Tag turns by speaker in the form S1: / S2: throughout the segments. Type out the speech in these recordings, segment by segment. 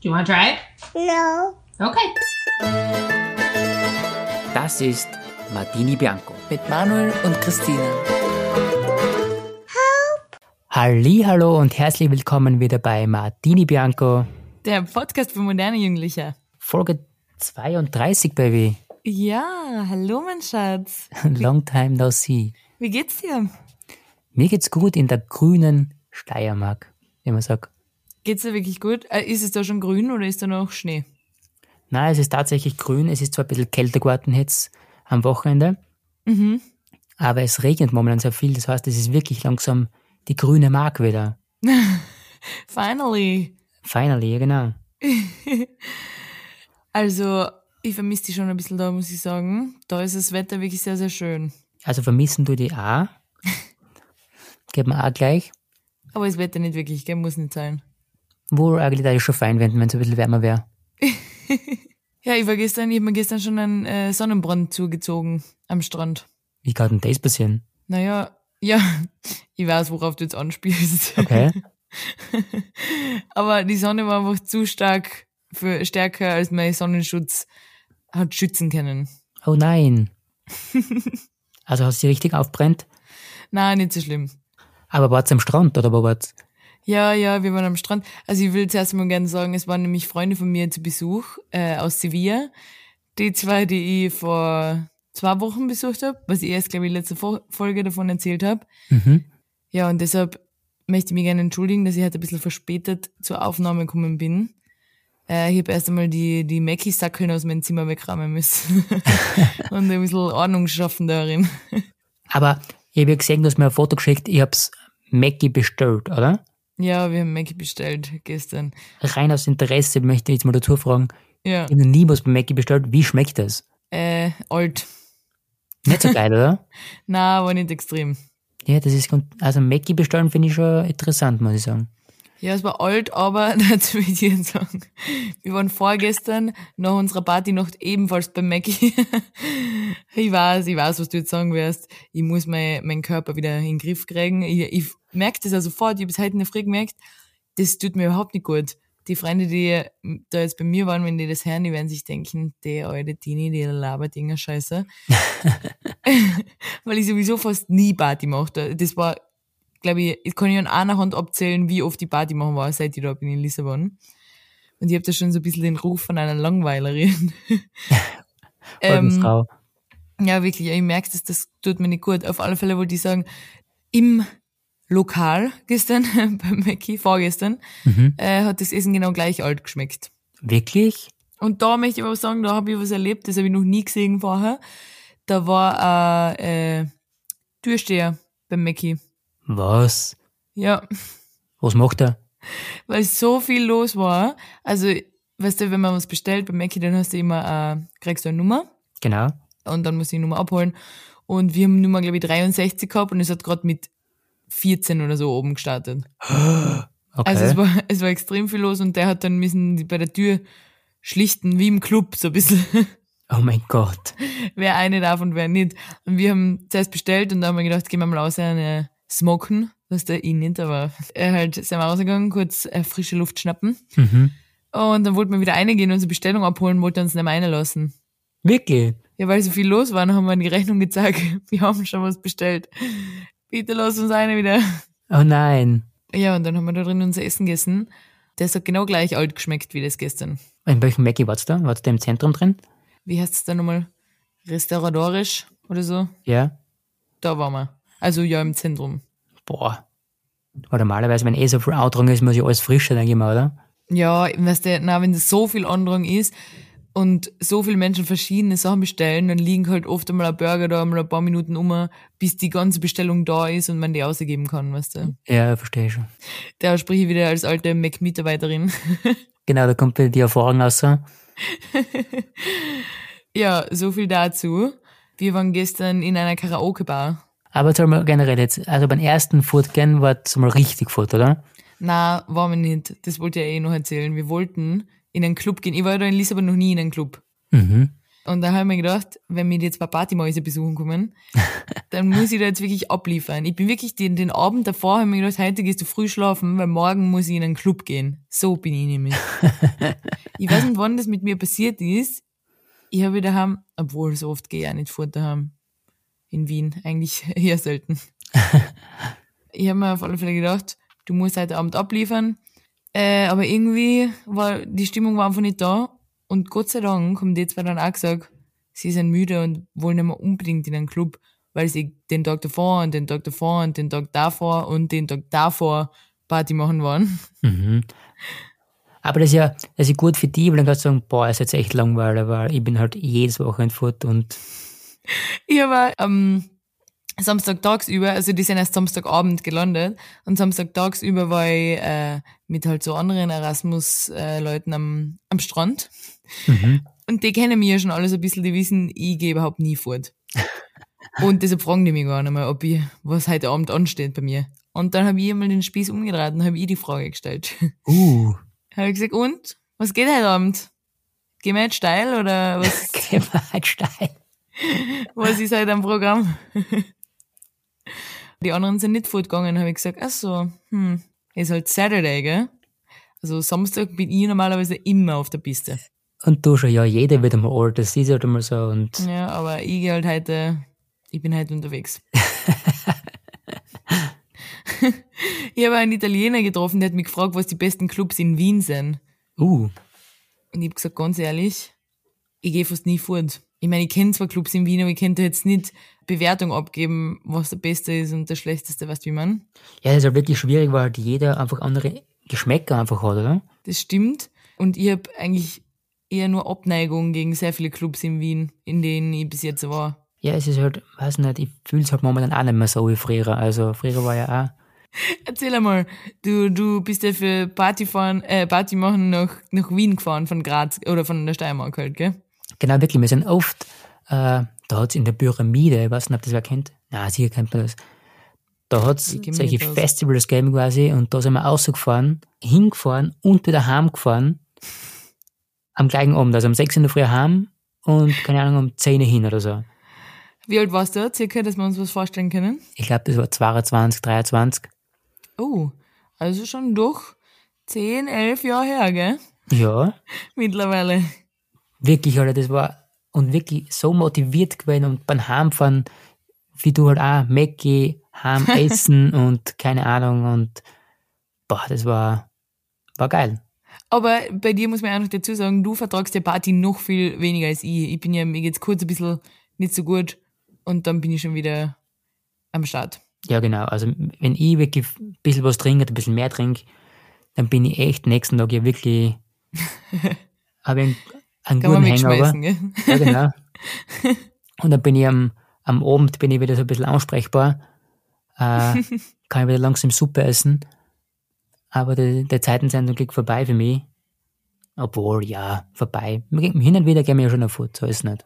S1: Do you want to try it?
S2: No.
S1: Okay.
S3: Das ist Martini Bianco.
S4: Mit Manuel und Christina.
S3: Hallo und herzlich willkommen wieder bei Martini Bianco,
S5: Der Podcast für moderne Jugendliche.
S3: Folge 32, Baby.
S5: Ja, hallo mein Schatz.
S3: Long time no see.
S5: Wie geht's dir?
S3: Mir geht's gut in der grünen Steiermark, wenn man sagt.
S5: Geht's dir wirklich gut? Äh, Ist es da schon grün oder ist da noch Schnee?
S3: Na, es ist tatsächlich grün, es ist zwar ein bisschen kälter geworden jetzt am Wochenende,
S5: Mhm.
S3: aber es regnet momentan sehr viel, das heißt, es ist wirklich langsam die grüne Mark wieder.
S5: Finally.
S3: Finally, ja genau.
S5: Also, ich vermisse dich schon ein bisschen da, muss ich sagen. Da ist das Wetter wirklich sehr, sehr schön.
S3: Also vermissen du die A? Geben wir A gleich.
S5: Aber das Wetter nicht wirklich, gell? Muss nicht sein.
S3: Wohl eigentlich da ist schon fein, wenn es ein bisschen wärmer wäre.
S5: Ja, ich war gestern, ich habe mir gestern schon einen äh, Sonnenbrand zugezogen am Strand.
S3: Wie kann denn das passieren?
S5: Naja, ja, ich weiß, worauf du jetzt anspielst.
S3: Okay.
S5: Aber die Sonne war einfach zu stark, für stärker als mein Sonnenschutz hat schützen können.
S3: Oh nein. Also hast du sie richtig aufbrennt?
S5: Nein, nicht so schlimm.
S3: Aber wart's am Strand oder wo wart's?
S5: Ja, ja, wir waren am Strand. Also ich will zuerst mal gerne sagen, es waren nämlich Freunde von mir zu Besuch äh, aus Sevilla. Die zwei, die ich vor zwei Wochen besucht habe, was ich erst, glaube ich, letzte Fo- Folge davon erzählt habe.
S3: Mhm.
S5: Ja, und deshalb möchte ich mich gerne entschuldigen, dass ich halt ein bisschen verspätet zur Aufnahme gekommen bin. Äh, ich habe erst einmal die, die Mackie-Sackeln aus meinem Zimmer wegräumen müssen. und ein bisschen Ordnung schaffen darin.
S3: Aber ich habe ja gesehen, du hast mir ein Foto geschickt, ich hab's Mackie bestellt, oder?
S5: Ja, wir haben Mackie bestellt gestern.
S3: Rein aus Interesse möchte ich jetzt mal dazu fragen,
S5: Ja,
S3: ich habe noch nie was bei Mackie bestellt, wie schmeckt das?
S5: äh, alt.
S3: Nicht so geil, oder?
S5: Na, war nicht extrem.
S3: Ja, das ist, ganz- also Mackie bestellen finde ich schon interessant, muss ich sagen.
S5: Ja, es war alt, aber dazu will ich dir sagen, wir waren vorgestern nach unserer Partynacht ebenfalls bei Mackie. Ich weiß, ich weiß, was du jetzt sagen wirst. Ich muss mein, meinen Körper wieder in den Griff kriegen. Ich, ich merke das ja sofort. Ich habe es heute in der Früh gemerkt, das tut mir überhaupt nicht gut. Die Freunde, die da jetzt bei mir waren, wenn die das hören, die werden sich denken, der alte Tini, der labert irgendeine Scheiße. Weil ich sowieso fast nie Party mache. Das war glaube ich, ich kann ja an einer Hand abzählen, wie oft die Party machen war, seit ich da bin in Lissabon. Und ich habe da schon so ein bisschen den Ruf von einer Langweilerin. ähm,
S3: Frau.
S5: ja, wirklich, ja, ich merke das, das tut mir nicht gut. Auf alle Fälle wollte ich sagen, im Lokal gestern, bei Mackie, vorgestern,
S3: Mhm.
S5: äh, hat das Essen genau gleich alt geschmeckt.
S3: Wirklich?
S5: Und da möchte ich aber sagen, da habe ich was erlebt, das habe ich noch nie gesehen vorher. Da war ein äh, Türsteher beim Mackie.
S3: Was?
S5: Ja,
S3: Was macht er?
S5: weil so viel los war. Also, weißt du, wenn man was bestellt bei Mackie, dann hast du immer, äh, kriegst du eine Nummer
S3: Genau.
S5: und dann musst du die Nummer abholen. Und wir haben Nummer, glaube ich, 63 gehabt und es hat gerade mit 14 oder so oben gestartet.
S3: Okay.
S5: Also es war, es war extrem viel los und der hat dann müssen die bei der Tür schlichten, wie im Club, so ein bisschen.
S3: oh mein Gott.
S5: wer eine darf und wer nicht. Und wir haben zuerst bestellt und dann haben wir gedacht, gehen wir mal raus eine smoken, was der ich nicht, aber äh, halt sind wir rausgegangen, kurz äh, frische Luft schnappen.
S3: Mhm.
S5: Und dann wollten wir wieder reingehen, unsere Bestellung abholen, wollte uns nicht mehr reinlassen.
S3: Wirklich?
S5: Ja, weil so viel los war, dann haben wir die Rechnung gezeigt. Wir haben schon was bestellt. Bitte lass uns eine wieder.
S3: Oh nein.
S5: Ja, und dann haben wir da drin unser Essen gegessen. Das hat genau gleich alt geschmeckt wie das gestern.
S3: In welchem Mackie warst du da? Warst du da im Zentrum drin?
S5: Wie heißt es da nochmal? Restauradorisch oder so?
S3: Ja.
S5: Da waren wir. Also ja, im Zentrum.
S3: Boah. Weil normalerweise, wenn eh so viel Outrung ist, muss ich alles frischer, denke ich mal, oder?
S5: Ja, weißt du, na, wenn das so viel Andrang ist und so viele Menschen verschiedene Sachen bestellen, dann liegen halt oft einmal ein Burger da einmal ein paar Minuten um, bis die ganze Bestellung da ist und man die ausgeben kann, weißt du.
S3: Ja, verstehe ich schon.
S5: Da spreche ich wieder als alte Mac-Mitarbeiterin.
S3: Genau, da kommt wieder die Erfahrung raus.
S5: ja, so viel dazu. Wir waren gestern in einer Karaoke-Bar.
S3: Aber jetzt mal generell jetzt, also beim ersten Fortgehen war es mal richtig fort, oder?
S5: Na, waren wir nicht. Das wollte ich ja eh noch erzählen. Wir wollten in einen Club gehen. Ich war ja da in Lissabon noch nie in einen Club.
S3: Mhm.
S5: Und da habe ich mir gedacht, wenn mir jetzt ein paar Partymäuse besuchen kommen, dann muss ich da jetzt wirklich abliefern. Ich bin wirklich den, den Abend davor, habe ich mir gedacht, heute gehst du früh schlafen, weil morgen muss ich in einen Club gehen. So bin ich nämlich. ich weiß nicht, wann das mit mir passiert ist. Ich habe daheim, obwohl so oft gehe ich auch nicht fort daheim. In Wien, eigentlich eher selten. ich habe mir auf alle Fälle gedacht, du musst heute Abend abliefern. Äh, aber irgendwie war die Stimmung war einfach nicht da. Und Gott sei Dank haben die zwei dann auch gesagt, sie sind müde und wollen nicht mehr unbedingt in einen Club, weil sie den Tag davor und den Tag davor und den Tag davor und den Tag davor Party machen wollen.
S3: Mhm. Aber das ist ja das ist ja gut für die, weil dann kannst du sagen, boah, ist jetzt echt langweilig, weil ich bin halt jedes Wochenende fort und
S5: Ich habe am Samstag tagsüber, also die sind erst Samstagabend gelandet und Samstag tagsüber war ich äh, mit halt so anderen Erasmus-Leuten am, am Strand.
S3: mhm.
S5: Und die kennen mich ja schon alles ein bisschen, die wissen, ich gehe überhaupt nie fort. Und deshalb fragen die mich gar nicht mehr, ob ich, was heute Abend ansteht bei mir. Und dann habe ich einmal den Spieß umgedreht und habe ich die Frage gestellt.
S3: uh,
S5: habe ich gesagt, und? Was geht heute Abend? Gehen wir jetzt steil oder was,
S3: gehen wir halt steil.
S5: was ist heute am Programm? die anderen sind nicht fortgegangen, habe ich gesagt, ach so, hm, ist halt Saturday, gell? Also Samstag bin ich normalerweise immer auf der Piste.
S3: Und du schon, ja, jeder wird einmal alt, das ist halt einmal so und
S5: Ja, aber ich gehe halt heute, ich bin heute unterwegs. ich habe einen Italiener getroffen, der hat mich gefragt, was die besten Clubs in Wien sind.
S3: uh,
S5: Und ich habe gesagt, ganz ehrlich, ich gehe fast nie fort. Ich meine, ich kenne zwar Clubs in Wien, aber ich könnte jetzt nicht Bewertung abgeben, was der Beste ist und der Schlechteste, weißt du, wie man.
S3: ja, das ist halt wirklich schwierig, weil halt jeder einfach andere Geschmäcker einfach hat, oder?
S5: Das stimmt. Und ich habe eigentlich eher nur Abneigung gegen sehr viele Clubs in Wien, in denen ich bis jetzt war.
S3: Ja, es ist halt, weiß nicht, ich fühle es halt momentan auch nicht mehr so wie früher. Also früher war ja auch
S5: Erzähl einmal, du, du bist ja für Party, fahren, äh, Party machen nach, nach Wien gefahren von Graz oder von der Steiermark halt, gell?
S3: Genau, wirklich. Wir sind oft, äh, da hat's in der Pyramide, ich weiß nicht, ob das wer kennt. Na, sicher kennt man das. Da hat's
S5: Ich kenn mich
S3: solche
S5: nicht aus.
S3: Festivals gegeben quasi und da sind wir rausgefahren, hingefahren und wieder heimgefahren. Am gleichen Abend, also um 6 Uhr in der Früh heim und keine Ahnung, um 10 Uhr hin oder so.
S5: Wie alt warst du da circa, dass wir uns was vorstellen können?
S3: Ich glaube, das war 22, 23.
S5: Oh, also schon doch 10, 11 Jahre her, gell?
S3: Ja,
S5: Mittlerweile.
S3: wirklich, Alter, das war und wirklich so motiviert gewesen und beim Heimfahren, wie du halt auch, Mäcki, heim essen und keine Ahnung und boah, das war, war geil.
S5: Aber bei dir muss man auch noch dazu sagen, du vertragst ja Party noch viel weniger als ich. Ich bin ja, mir geht's kurz ein bisschen nicht so gut und dann bin ich schon wieder am Start.
S3: Ja, genau. Also, wenn ich wirklich ein bisschen was trinke, ein bisschen mehr trinke, dann bin ich echt nächsten Tag ja wirklich, habe ich einen, einen
S5: Kann man
S3: guten Hangover.
S5: wegschmeißen, gell?
S3: Ja, genau. Und dann bin ich am, am Abend bin ich wieder so ein bisschen ansprechbar. Äh, kann ich wieder langsam Suppe essen. Aber die, der Zeitensendung geht vorbei für mich. Obwohl, ja, vorbei. Mir geht- Hin und wieder gehen wir ja schon auf Foot, so ist nicht.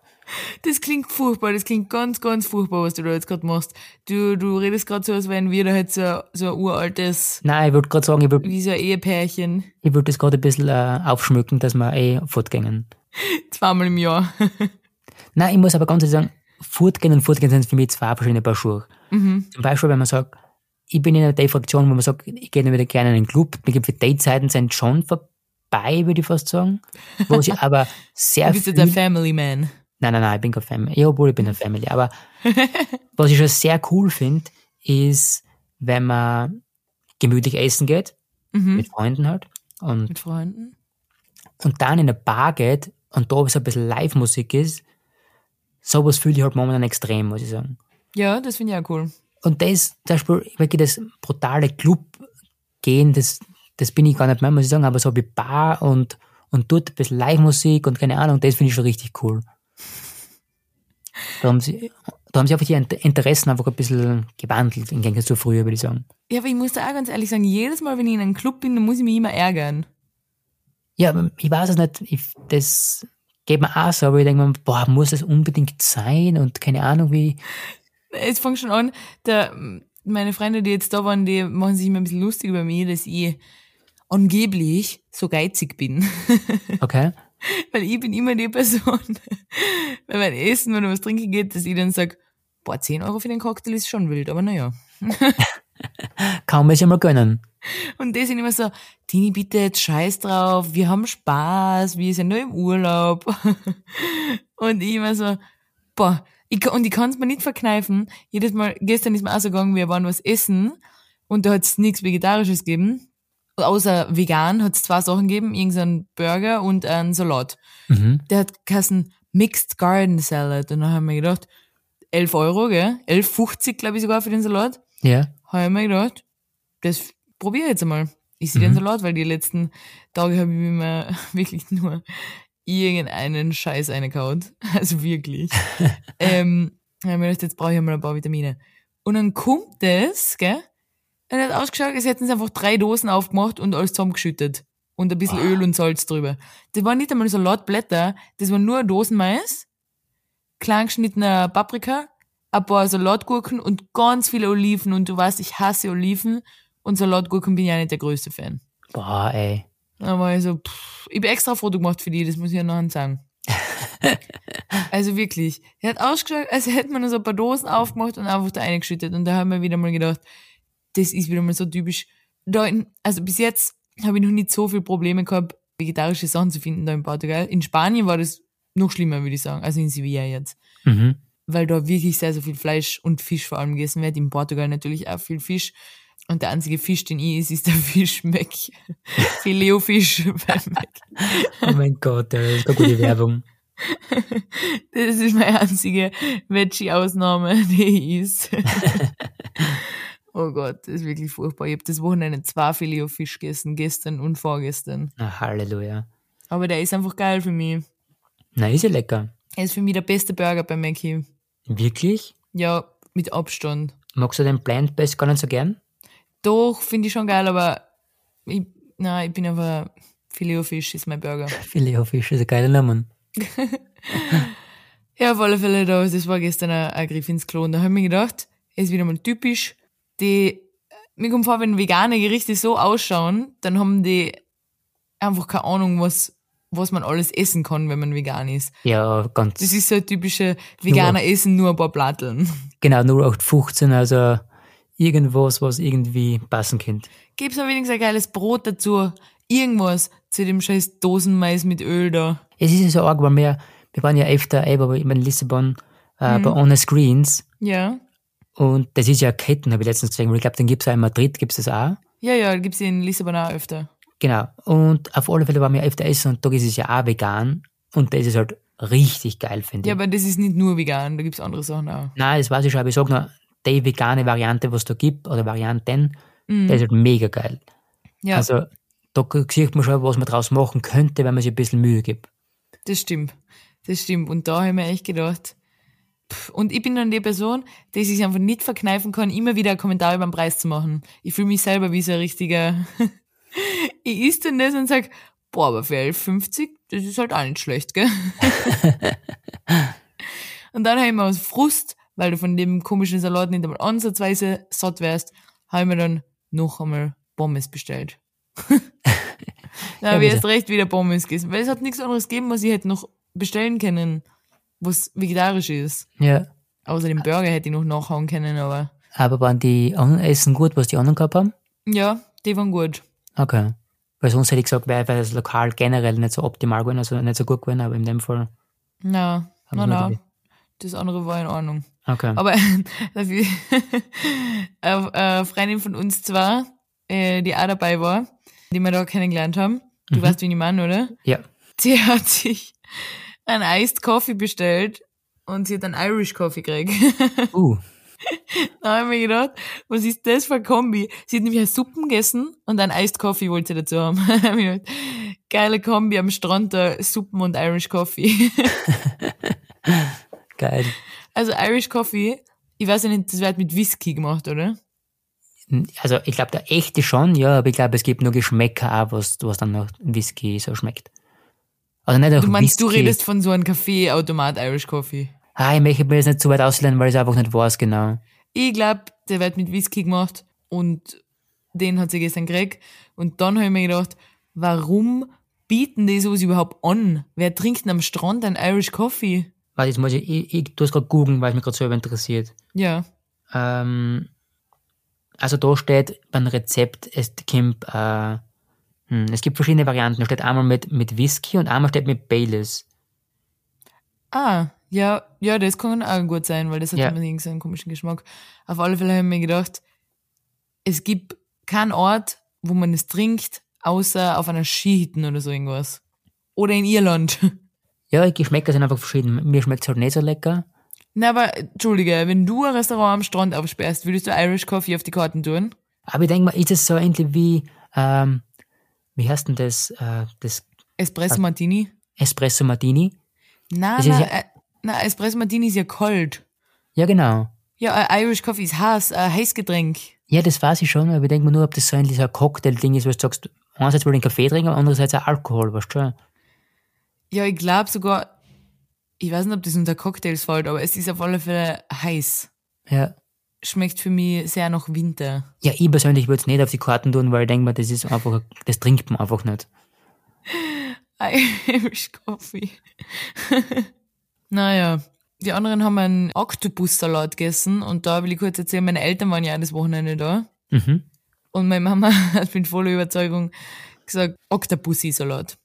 S5: Das klingt furchtbar, das klingt ganz, ganz furchtbar, was du da jetzt gerade machst. Du, du redest gerade so, als wären wir da halt so, so ein uraltes,
S3: Nein, ich wollte gerade sagen, ich wollte
S5: wie so ein Ehepärchen,
S3: ich wollt das gerade ein bisschen äh, aufschmücken, dass wir eh fortgängen.
S5: zweimal im Jahr.
S3: Nein, ich muss aber ganz ehrlich sagen, fortgehen und fortgehen sind für mich zwei verschiedene Paar Schuhe.
S5: Mhm.
S3: Zum Beispiel, wenn man sagt, ich bin in der Fraktion, wo man sagt, ich gehe dann wieder gerne in den Club, mir gibt die Datezeiten sind schon vorbei, würde ich fast sagen. Wo sie aber sehr
S5: Du bist ja
S3: viel,
S5: der Family Man.
S3: nein, nein, nein, ich bin kein Family. Ja, obwohl ich bin ein Family. Aber was ich schon sehr cool finde, ist, wenn man gemütlich essen geht,
S5: Mhm.
S3: mit Freunden halt, und,
S5: Mit Freunden?
S3: und dann in eine Bar geht und da so ein bisschen Live-Musik ist, sowas fühle ich halt momentan extrem, muss ich sagen.
S5: Ja, das finde ich auch cool.
S3: Und das, zum Beispiel, wirklich das brutale Club-Gehen, das, das bin ich gar nicht mehr, muss ich sagen, aber so wie Bar und, und dort ein bisschen Live-Musik und keine Ahnung, das finde ich schon richtig cool. Da haben sie, da haben sie einfach die Inter- Interessen einfach ein bisschen gewandelt, im Gegensatz zu früher, würde ich sagen.
S5: Ja, aber ich muss da auch ganz ehrlich sagen, jedes Mal, wenn ich in einem Club bin, dann muss ich mich immer ärgern.
S3: Ja, aber ich weiß es nicht, ich, das geht mir auch so, aber ich denke mir, boah, muss das unbedingt sein und keine Ahnung wie.
S5: Es fängt schon an, da, meine Freunde, die jetzt da waren, die machen sich immer ein bisschen lustig über mich, dass ich angeblich so geizig bin.
S3: Okay?
S5: Weil ich bin immer die Person, wenn man essen oder was trinken geht, dass ich dann sage, boah, 10 Euro für den Cocktail ist schon wild, aber naja.
S3: Kann man es ja mal gönnen.
S5: Und die sind immer so, Tini, bitte, jetzt scheiß drauf, wir haben Spaß, wir sind nur im Urlaub. Und ich immer so, boah, ich, ka- und ich kann's mir nicht verkneifen. Jedes Mal, gestern ist mir auch so gegangen, wir waren was essen und da hat's nix Vegetarisches gegeben. Außer vegan hat's zwei Sachen gegeben, irgendeinen Burger und einen Salat.
S3: Mhm.
S5: Der hat geheißen Mixed Garden Salad. Und dann haben wir gedacht, 11 Euro, gell? 11,50 glaube ich sogar für den Salat
S3: Ja.
S5: habe ich mir gedacht, das probiere ich jetzt einmal. Ich sehe
S3: Mhm.
S5: den Salat, weil die letzten Tage habe ich mir immer wirklich nur irgendeinen Scheiß eingekaut. Also wirklich. ähm, hab ich mir gedacht, jetzt brauche ich einmal ein paar Vitamine. Und dann kommt das, gell? Und er hat ausgeschaut, als hätten sie einfach drei Dosen aufgemacht und alles zusammengeschüttet. Und ein bisschen Öl und Salz drüber. Das waren nicht einmal Salatblätter, das waren nur Dosen Mais, klein geschnittener Paprika, ein paar Salatgurken und ganz viele Oliven. Und du weißt, ich hasse Oliven und Salatgurken bin ja nicht der größte Fan.
S3: Boah, ey.
S5: Da war ich so, pff, ich bin extra ein Foto gemacht für die, das muss ich ja noch sagen. also wirklich. Er hat ausgeschaut, als hätte man so ein paar Dosen aufgemacht und einfach da eingeschüttet. Und da haben wir wieder mal gedacht, das ist wieder mal so typisch. Da in, also bis jetzt habe ich noch nicht so viele Probleme gehabt, vegetarische Sachen zu finden da in Portugal. In Spanien war das noch schlimmer, würde ich sagen. Also in Sevilla jetzt
S3: Mhm.
S5: weil da wirklich sehr, sehr viel Fleisch und Fisch vor allem gegessen wird. In Portugal natürlich auch viel Fisch. Und der einzige Fisch, den ich esse, ist der Fisch Mac. Fileofisch bei Mac.
S3: Oh mein Gott, ey, das ist eine gute Werbung.
S5: Das ist meine einzige Veggie-Ausnahme, die ich esse. oh Gott, das ist wirklich furchtbar. Ich habe das Wochenende zwei Fileofisch gegessen, gestern und vorgestern.
S3: Na, Halleluja.
S5: Aber der ist einfach geil für mich.
S3: Na, ist ja lecker.
S5: Er ist für mich der beste Burger bei Mackey.
S3: Wirklich?
S5: Ja, mit Abstand.
S3: Magst du den Blind Best gar nicht so gern?
S5: Doch, finde ich schon geil, aber ich, nein, ich bin aber Fileofisch ist mein Burger.
S3: Filetfisch ist ein geiler Name.
S5: Ja, auf alle Fälle, da- das war gestern ein, ein Griff ins Klo und da habe ich mir gedacht, ist wieder mal typisch, die, mir kommt vor, wenn vegane Gerichte so ausschauen, dann haben die einfach keine Ahnung, was, was man alles essen kann, wenn man vegan ist.
S3: Ja, ganz.
S5: Das ist so ein typischer Veganer essen nur ein paar Platteln.
S3: Genau, 0815, also irgendwas, was irgendwie passen könnte.
S5: Gib's mir wenigstens ein geiles Brot dazu, irgendwas zu dem scheiß Dosenmais mit Öl da.
S3: Es ist ja so arg, weil wir, wir waren ja öfter eben aber in Lissabon äh, bei On the Screens
S5: Ja.
S3: und das ist ja eine Ketten, habe ich letztens gesehen, weil ich glaube, den gibt es auch in Madrid, gibt es das auch.
S5: Ja, ja, gibt's in Lissabon auch öfter.
S3: Genau. Und auf alle Fälle waren wir öfter essen und da ist es ja auch vegan und das ist halt richtig geil, finde
S5: Ja,
S3: ich.
S5: aber das ist nicht nur vegan, da gibt's andere Sachen auch.
S3: Nein, das weiß ich schon, aber ich sage nur, die vegane Variante, was da gibt, oder Varianten, das ist halt mega geil.
S5: Ja,
S3: Also da sieht man schon, was man draus machen könnte, wenn man sich ein bisschen Mühe gibt.
S5: das stimmt. Das stimmt. Und da habe ich mir echt gedacht, pff, und ich bin dann die Person, die sich einfach nicht verkneifen kann, immer wieder einen Kommentar über den Preis zu machen. Ich fühle mich selber wie so ein richtiger. ich isst dann das und sag, boah, aber für 11,50, das ist halt auch nicht schlecht, gell? und dann habe ich mir aus Frust, weil du von dem komischen Salat nicht einmal ansatzweise satt wärst, habe ich mir dann noch einmal Pommes bestellt. da habe ich erst recht wieder Pommes gegessen, weil es hat nichts anderes gegeben, was ich hätte noch bestellen können, was vegetarisch ist.
S3: Ja.
S5: Außer dem Burger hätte ich noch nachhauen können, aber
S3: Aber waren die anderen Essen gut, was die anderen gehabt haben?
S5: ja, die waren gut.
S3: Okay. Weil sonst hätte ich gesagt, wäre wäre das Lokal generell nicht so optimal gewesen, also nicht so gut gewesen, aber in dem Fall.
S5: Na,
S3: Haben
S5: na,
S3: sie
S5: na.
S3: nicht
S5: Das andere war in Ordnung.
S3: Okay.
S5: Aber dafür, eine eine Freundin von uns zwar, äh, die auch dabei war, die wir da kennengelernt haben, du
S3: Mhm.
S5: weißt, wie die Mann, oder?
S3: ja.
S5: Die hat sich einen Iced Coffee bestellt und sie hat einen Irish Coffee gekriegt.
S3: Uh,
S5: da habe Ah, ich mir gedacht, was ist das für ein Kombi? Sie hat nämlich eine Suppen gegessen und einen Iced Coffee wollte sie dazu haben. Da hab ich mir gedacht, Geile Kombi am Strand da, Suppen und Irish Coffee.
S3: geil.
S5: Also Irish Coffee, ich weiß ja nicht, das wird mit Whisky gemacht, oder?
S3: Also ich glaube, der echte schon, ja, aber ich glaube, es gibt nur Geschmäcker auch, was, was dann nach Whisky so schmeckt. Also nicht auch
S5: Du meinst,
S3: Whisky.
S5: du redest von so einem Kaffeeautomat Irish Coffee.
S3: Ah, ich möchte mir das nicht zu weit auslehnen, weil ich es einfach nicht weiß, genau.
S5: Ich glaube, der wird mit Whisky gemacht und den hat sie gestern gekriegt. Und dann habe ich mir gedacht, warum bieten die sowas überhaupt an? Wer trinkt denn am Strand einen Irish Coffee?
S3: Warte, jetzt muss ich, ich, ich tu es gerade googeln, weil es mich gerade selber interessiert.
S5: Ja.
S3: Ähm, also da steht beim Rezept, es kommt, äh, hm, es gibt verschiedene Varianten. Da steht einmal mit, mit Whisky und einmal steht mit Baileys.
S5: Ah, ja, ja, das kann auch gut sein, weil das hat
S3: Ja.
S5: immer irgendwie so einen komischen Geschmack. Auf alle Fälle haben wir gedacht, es gibt keinen Ort, wo man es trinkt, außer auf einer Skihütte oder so irgendwas. Oder in Irland.
S3: Ja, die Geschmäcker sind einfach verschieden. Mir schmeckt es halt nicht so lecker.
S5: Na, aber, Entschuldige, wenn du ein Restaurant am Strand aufsperrst, würdest du Irish Coffee auf die Karten tun?
S3: Aber ich denke mal, ist das so ähnlich wie, ähm, wie heißt denn das, äh, das
S5: Espresso Martini?
S3: Espresso Martini?
S5: Na,
S3: Das ist
S5: na,
S3: ja-
S5: äh, na, Espresso Martini ist ja kalt.
S3: Ja, genau.
S5: Ja, ein Irish Coffee ist heiß, ein heißes Getränk.
S3: Ja, das weiß ich schon, aber ich denke mir nur, ob das so ähnlich so ein Cocktail-Ding ist, wo du sagst, einerseits will ich einen Kaffee trinken, aber andererseits auch Alkohol, weißt du schon?
S5: Ja, ich glaube sogar, ich weiß nicht, ob das unter Cocktails fällt, aber es ist auf alle Fälle heiß.
S3: Ja.
S5: Schmeckt für mich sehr nach Winter.
S3: Ja, ich persönlich würde es nicht auf die Karten tun, weil ich denke mir, das ist einfach, das trinkt man einfach nicht.
S5: Irish Coffee. naja, die anderen haben einen Oktopussalat gegessen und da will ich kurz erzählen, meine Eltern waren ja das Wochenende da
S3: Mhm.
S5: und meine Mama hat mit voller Überzeugung gesagt, Oktopussi-Salat.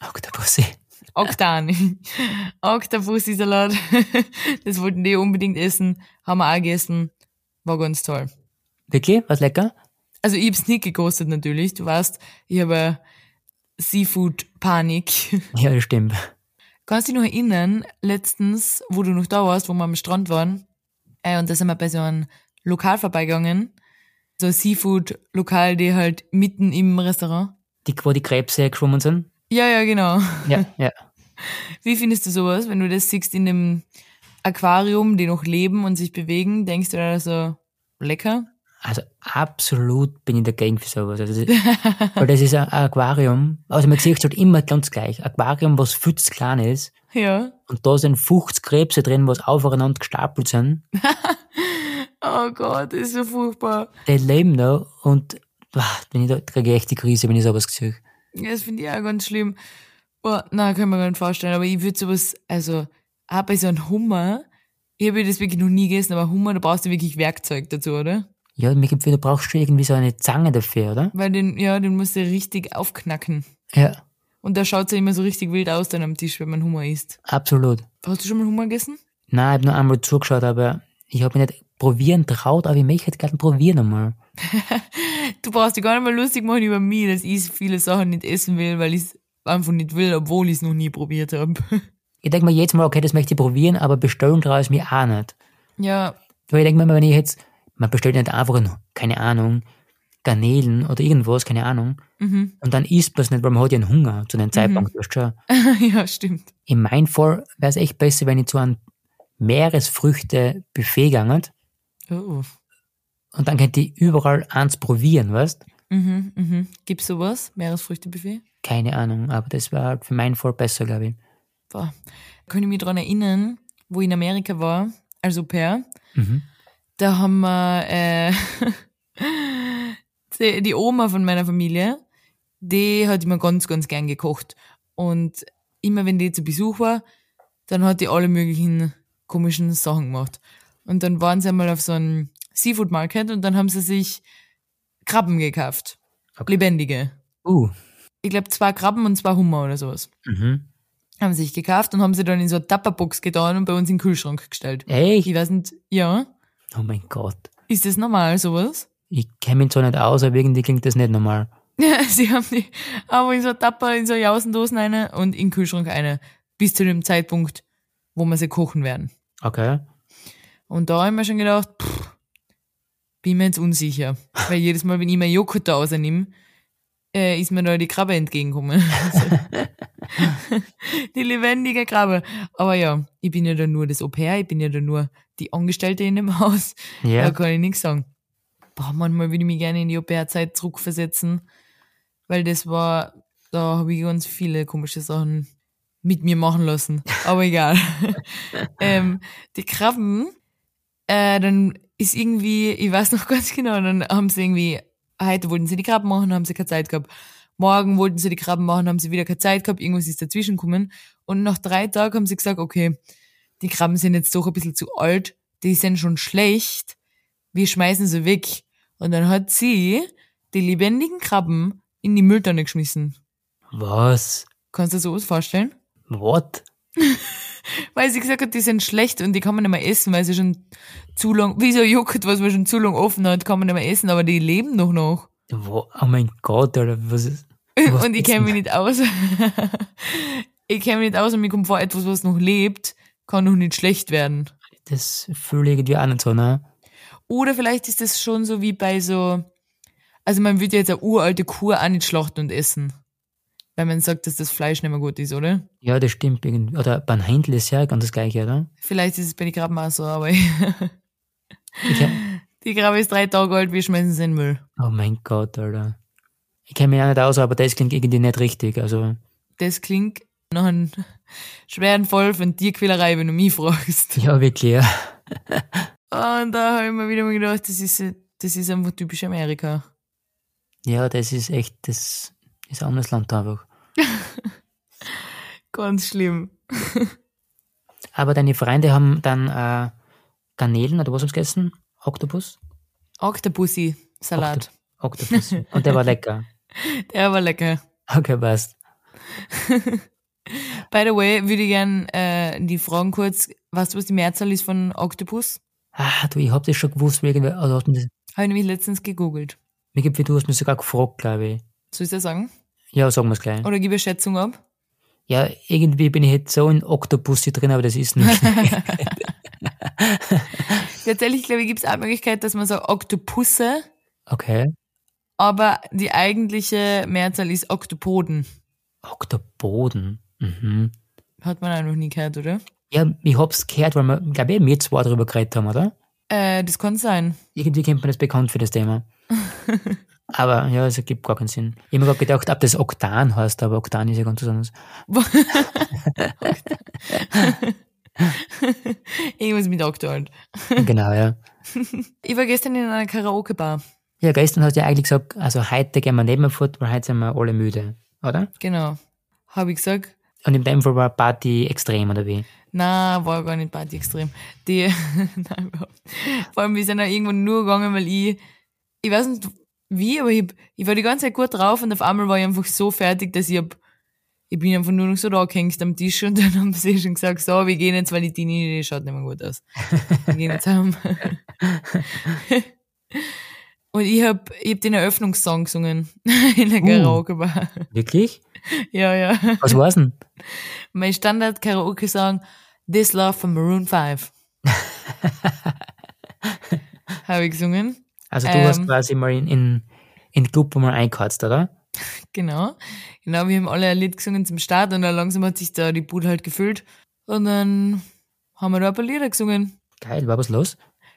S3: Ah, Oktopussi.
S5: Oktani. Oktopussi-Salat. das wollten die unbedingt essen, haben wir auch gegessen, war ganz toll.
S3: Wirklich? Was lecker?
S5: Also ich hab's nicht gekostet natürlich, du weißt, ich habe Seafood-Panik.
S3: Ja, das stimmt.
S5: Kannst du dich noch erinnern, letztens, wo du noch da warst, wo wir am Strand waren, äh, und da sind wir bei so einem Lokal vorbeigegangen, so ein Seafood-Lokal, die halt mitten im Restaurant.
S3: Die, wo die Krebse geschwommen sind?
S5: Ja, ja, genau.
S3: Ja, ja.
S5: Wie findest du sowas, wenn du das siehst in dem Aquarium, die noch leben und sich bewegen, denkst du da so, lecker?
S3: Also absolut bin ich dagegen für sowas. Also, das, weil das ist ein Aquarium. Also man sieht es halt immer ganz gleich. Aquarium, was viel zu klein ist.
S5: Ja.
S3: Und da sind 50 Krebse drin, was aufeinander gestapelt sind.
S5: Oh Gott, ist so furchtbar.
S3: Die leben noch und boah, wenn ich da kriege ich echt die Krise, wenn ich sowas sehe.
S5: Ja, das finde ich auch ganz schlimm. Boah, na, kann man gar nicht vorstellen. Aber ich würde sowas, also, auch bei so einem Hummer, ich habe das wirklich noch nie gegessen, aber Hummer, da brauchst du wirklich Werkzeug dazu, oder?
S3: Ja, mir gibt du brauchst schon irgendwie so eine Zange dafür, oder?
S5: Weil den, ja, den musst du richtig aufknacken.
S3: Ja,
S5: Und da schaut's ja immer so richtig wild aus dann am Tisch, wenn man Hummer isst.
S3: absolut.
S5: Hast du schon mal Hummer gegessen?
S3: Nein, ich habe nur einmal zugeschaut, aber ich habe mich nicht probieren traut, aber ich möchte halt gerne probieren einmal.
S5: Du brauchst dich gar nicht mal lustig machen über mich, dass ich viele Sachen nicht essen will, weil ich's einfach nicht will, obwohl ich's noch nie probiert habe.
S3: Ich denke mir jedes Mal, okay, das möchte ich probieren, aber bestellen traue ich mir auch nicht.
S5: ja,
S3: Weil ich denke mir, immer, wenn ich jetzt, man bestellt nicht einfach nur, keine Ahnung, Garnelen oder irgendwas, keine Ahnung,
S5: mhm.
S3: und dann isst man es nicht, weil man hat ja einen Hunger zu dem Zeitpunkt. Weißt du? schon.
S5: ja, stimmt.
S3: In meinem Fall wäre es echt besser, wenn ich zu einem Meeresfrüchte-Buffet gegangen
S5: Oh.
S3: und dann könnte ich überall eins probieren, weißt
S5: Mhm, mhm. Gibt's sowas? Meeresfrüchtebuffet?
S3: Keine Ahnung, aber das war halt für meinen Fall besser, glaube ich.
S5: Boah. Kann ich mich dran erinnern, wo ich in Amerika war, als Au pair,
S3: Mhm.
S5: da haben wir äh, die, die Oma von meiner Familie, die hat immer ganz, ganz gern gekocht. Und immer wenn die zu Besuch war, dann hat die alle möglichen komischen Sachen gemacht. Und dann waren sie einmal auf so einem Seafood Market und dann haben sie sich Krabben gekauft.
S3: Okay.
S5: Lebendige.
S3: Uh.
S5: Ich glaube, zwei Krabben und zwei Hummer oder sowas.
S3: Mhm.
S5: haben sie sich gekauft und haben sie dann in so eine Tupperbox getan und bei uns in den Kühlschrank gestellt.
S3: Echt?
S5: Ich weiß nicht, ja,
S3: Oh mein Gott.
S5: ist das normal, sowas?
S3: Ich kenne mich zwar nicht aus, aber irgendwie klingt das nicht normal.
S5: Ja, sie haben die aber in so eine Tupper, in so Jausendosen eine und in den Kühlschrank eine. Bis zu dem Zeitpunkt, wo wir sie kochen werden.
S3: Okay.
S5: Und da haben wir schon gedacht, pff, bin mir jetzt unsicher. Weil jedes Mal, wenn ich mir Joghurt da rausnehme, äh, ist mir da die Krabbe entgegengekommen. Also, die lebendige Krabbe. Aber ja, ich bin ja da nur das Au-pair, ich bin ja da nur die Angestellte in dem Haus.
S3: Ja.
S5: Da kann ich nichts sagen. Boah, manchmal würde ich mich gerne in die Au-pair-Zeit zurückversetzen, weil das war, da habe ich ganz viele komische Sachen mit mir machen lassen. Aber egal. ähm, die Krabben, äh, dann ist irgendwie, ich weiß noch ganz genau, dann haben sie irgendwie, heute wollten sie die Krabben machen, haben sie keine Zeit gehabt. Morgen wollten sie die Krabben machen, haben sie wieder keine Zeit gehabt, irgendwas ist dazwischen gekommen. Und nach drei Tagen haben sie gesagt, okay, die Krabben sind jetzt doch ein bisschen zu alt, die sind schon schlecht, wir schmeißen sie weg. Und dann hat sie die lebendigen Krabben in die Mülltonne geschmissen.
S3: Was?
S5: Kannst du dir sowas vorstellen?
S3: What?
S5: Weil sie gesagt hat, die sind schlecht und die kann man nicht mehr essen, weil sie schon zu lang, wie so ein Joghurt, was man schon zu lang offen hat, kann man nicht mehr essen, aber die leben doch noch.
S3: Wo, oh mein Gott, Alter, was ist. was
S5: und ich
S3: ist
S5: kenne mich
S3: denn-
S5: nicht aus. ich kenne mich nicht aus und mir kommt vor, etwas, was noch lebt, kann noch nicht schlecht werden.
S3: Das fühle ich irgendwie auch nicht so, ne?
S5: Oder vielleicht ist das schon so wie bei so, also man würde jetzt eine uralte Kuh auch nicht schlachten und essen. Weil man sagt, dass das Fleisch nicht mehr gut ist, oder?
S3: Ja, das stimmt. Irgendwie. Oder beim Händel ist ja ganz das Gleiche, oder?
S5: Vielleicht ist es bei den Krabben auch so, aber
S3: Ich kenn,
S5: die Krabbe ist drei Tage alt, wir schmeißen sie in den Müll.
S3: oh mein Gott, Alter. Ich kenne mich auch nicht aus, aber das klingt irgendwie nicht richtig. Also,
S5: Das klingt nach einem schweren Fall von Tierquälerei, wenn du mich fragst.
S3: ja, wirklich, ja.
S5: Und da habe ich mir wieder mal gedacht, das ist, das ist einfach typisch Amerika.
S3: Ja, das ist echt, das ist ein anderes Land einfach.
S5: Ganz schlimm.
S3: Aber deine Freunde haben dann äh, Garnelen oder was haben sie gegessen? Oktopus?
S5: Octopussy-Salat.
S3: Oktopus. Und der war lecker.
S5: Der war lecker.
S3: Okay, passt.
S5: By the way, würde ich gern äh, die fragen kurz, weißt du, was die Mehrzahl ist von Oktopus?
S3: Ah, du, ich hab das schon gewusst, wegen, also hast mir, das,
S5: Habe ich nämlich letztens gegoogelt.
S3: mir gibt, wie du hast mich sogar gefragt, glaube ich.
S5: Soll ich das sagen?
S3: Ja, sagen wir's gleich.
S5: Oder gebe ich eine Schätzung ab?
S3: Ja, irgendwie bin ich jetzt so in Oktopus hier drin, aber das ist nicht.
S5: Tatsächlich, glaube ich, gibt es auch die Möglichkeit, dass man sagt Oktopusse,
S3: Okay.
S5: aber die eigentliche Mehrzahl ist Oktopoden.
S3: Oktopoden. Mhm.
S5: Hat man auch noch nie gehört, oder?
S3: Ja, ich hab's gehört, weil wir, glaube ich, wir zwei darüber geredet haben, oder?
S5: Äh, das kann sein.
S3: Irgendwie kennt man das bekannt für das Thema. aber ja, es ergibt gar keinen Sinn. Ich hab mir gerade gedacht, ob das Oktan heißt, aber Oktan ist ja ganz was anderes.
S5: Irgendwas mit Okto halt.
S3: genau, ja.
S5: Ich war gestern in einer Karaoke-Bar.
S3: Ja, gestern hast du ja eigentlich gesagt, also heute gehen wir nicht mehr fort, weil heute sind wir alle müde, oder?
S5: Genau. Habe ich gesagt.
S3: Und in dem Fall war Party extrem, oder wie?
S5: Na, war gar nicht Party extrem. Die, nein, überhaupt. Vor allem, wir sind auch irgendwann nur gegangen, weil ich, ich weiß nicht wie, aber ich, hab- ich war die ganze Zeit gut drauf und auf einmal war ich einfach so fertig, dass ich hab, ich bin einfach nur noch so da gehängt am Tisch und dann haben sie schon gesagt, so, wir gehen jetzt, weil die Tini, die schaut nicht mehr gut aus. Wir gehen jetzt heim. Und ich hab, ich hab den Eröffnungssong gesungen in der
S3: Uh.
S5: Karaoke-Bar.
S3: Wirklich?
S5: Ja, ja.
S3: Was war's denn?
S5: Mein Standard-Karaoke-Song This Love von Maroon 5. Habe ich gesungen.
S3: Also du hast
S5: Ähm.
S3: quasi mal in, in, in den Club mal einkatzt, oder?
S5: Genau. Genau, wir haben alle ein Lied gesungen zum Start und dann langsam hat sich da die Bude halt gefüllt. Und dann haben wir da ein paar Lieder gesungen.
S3: Geil, war was los?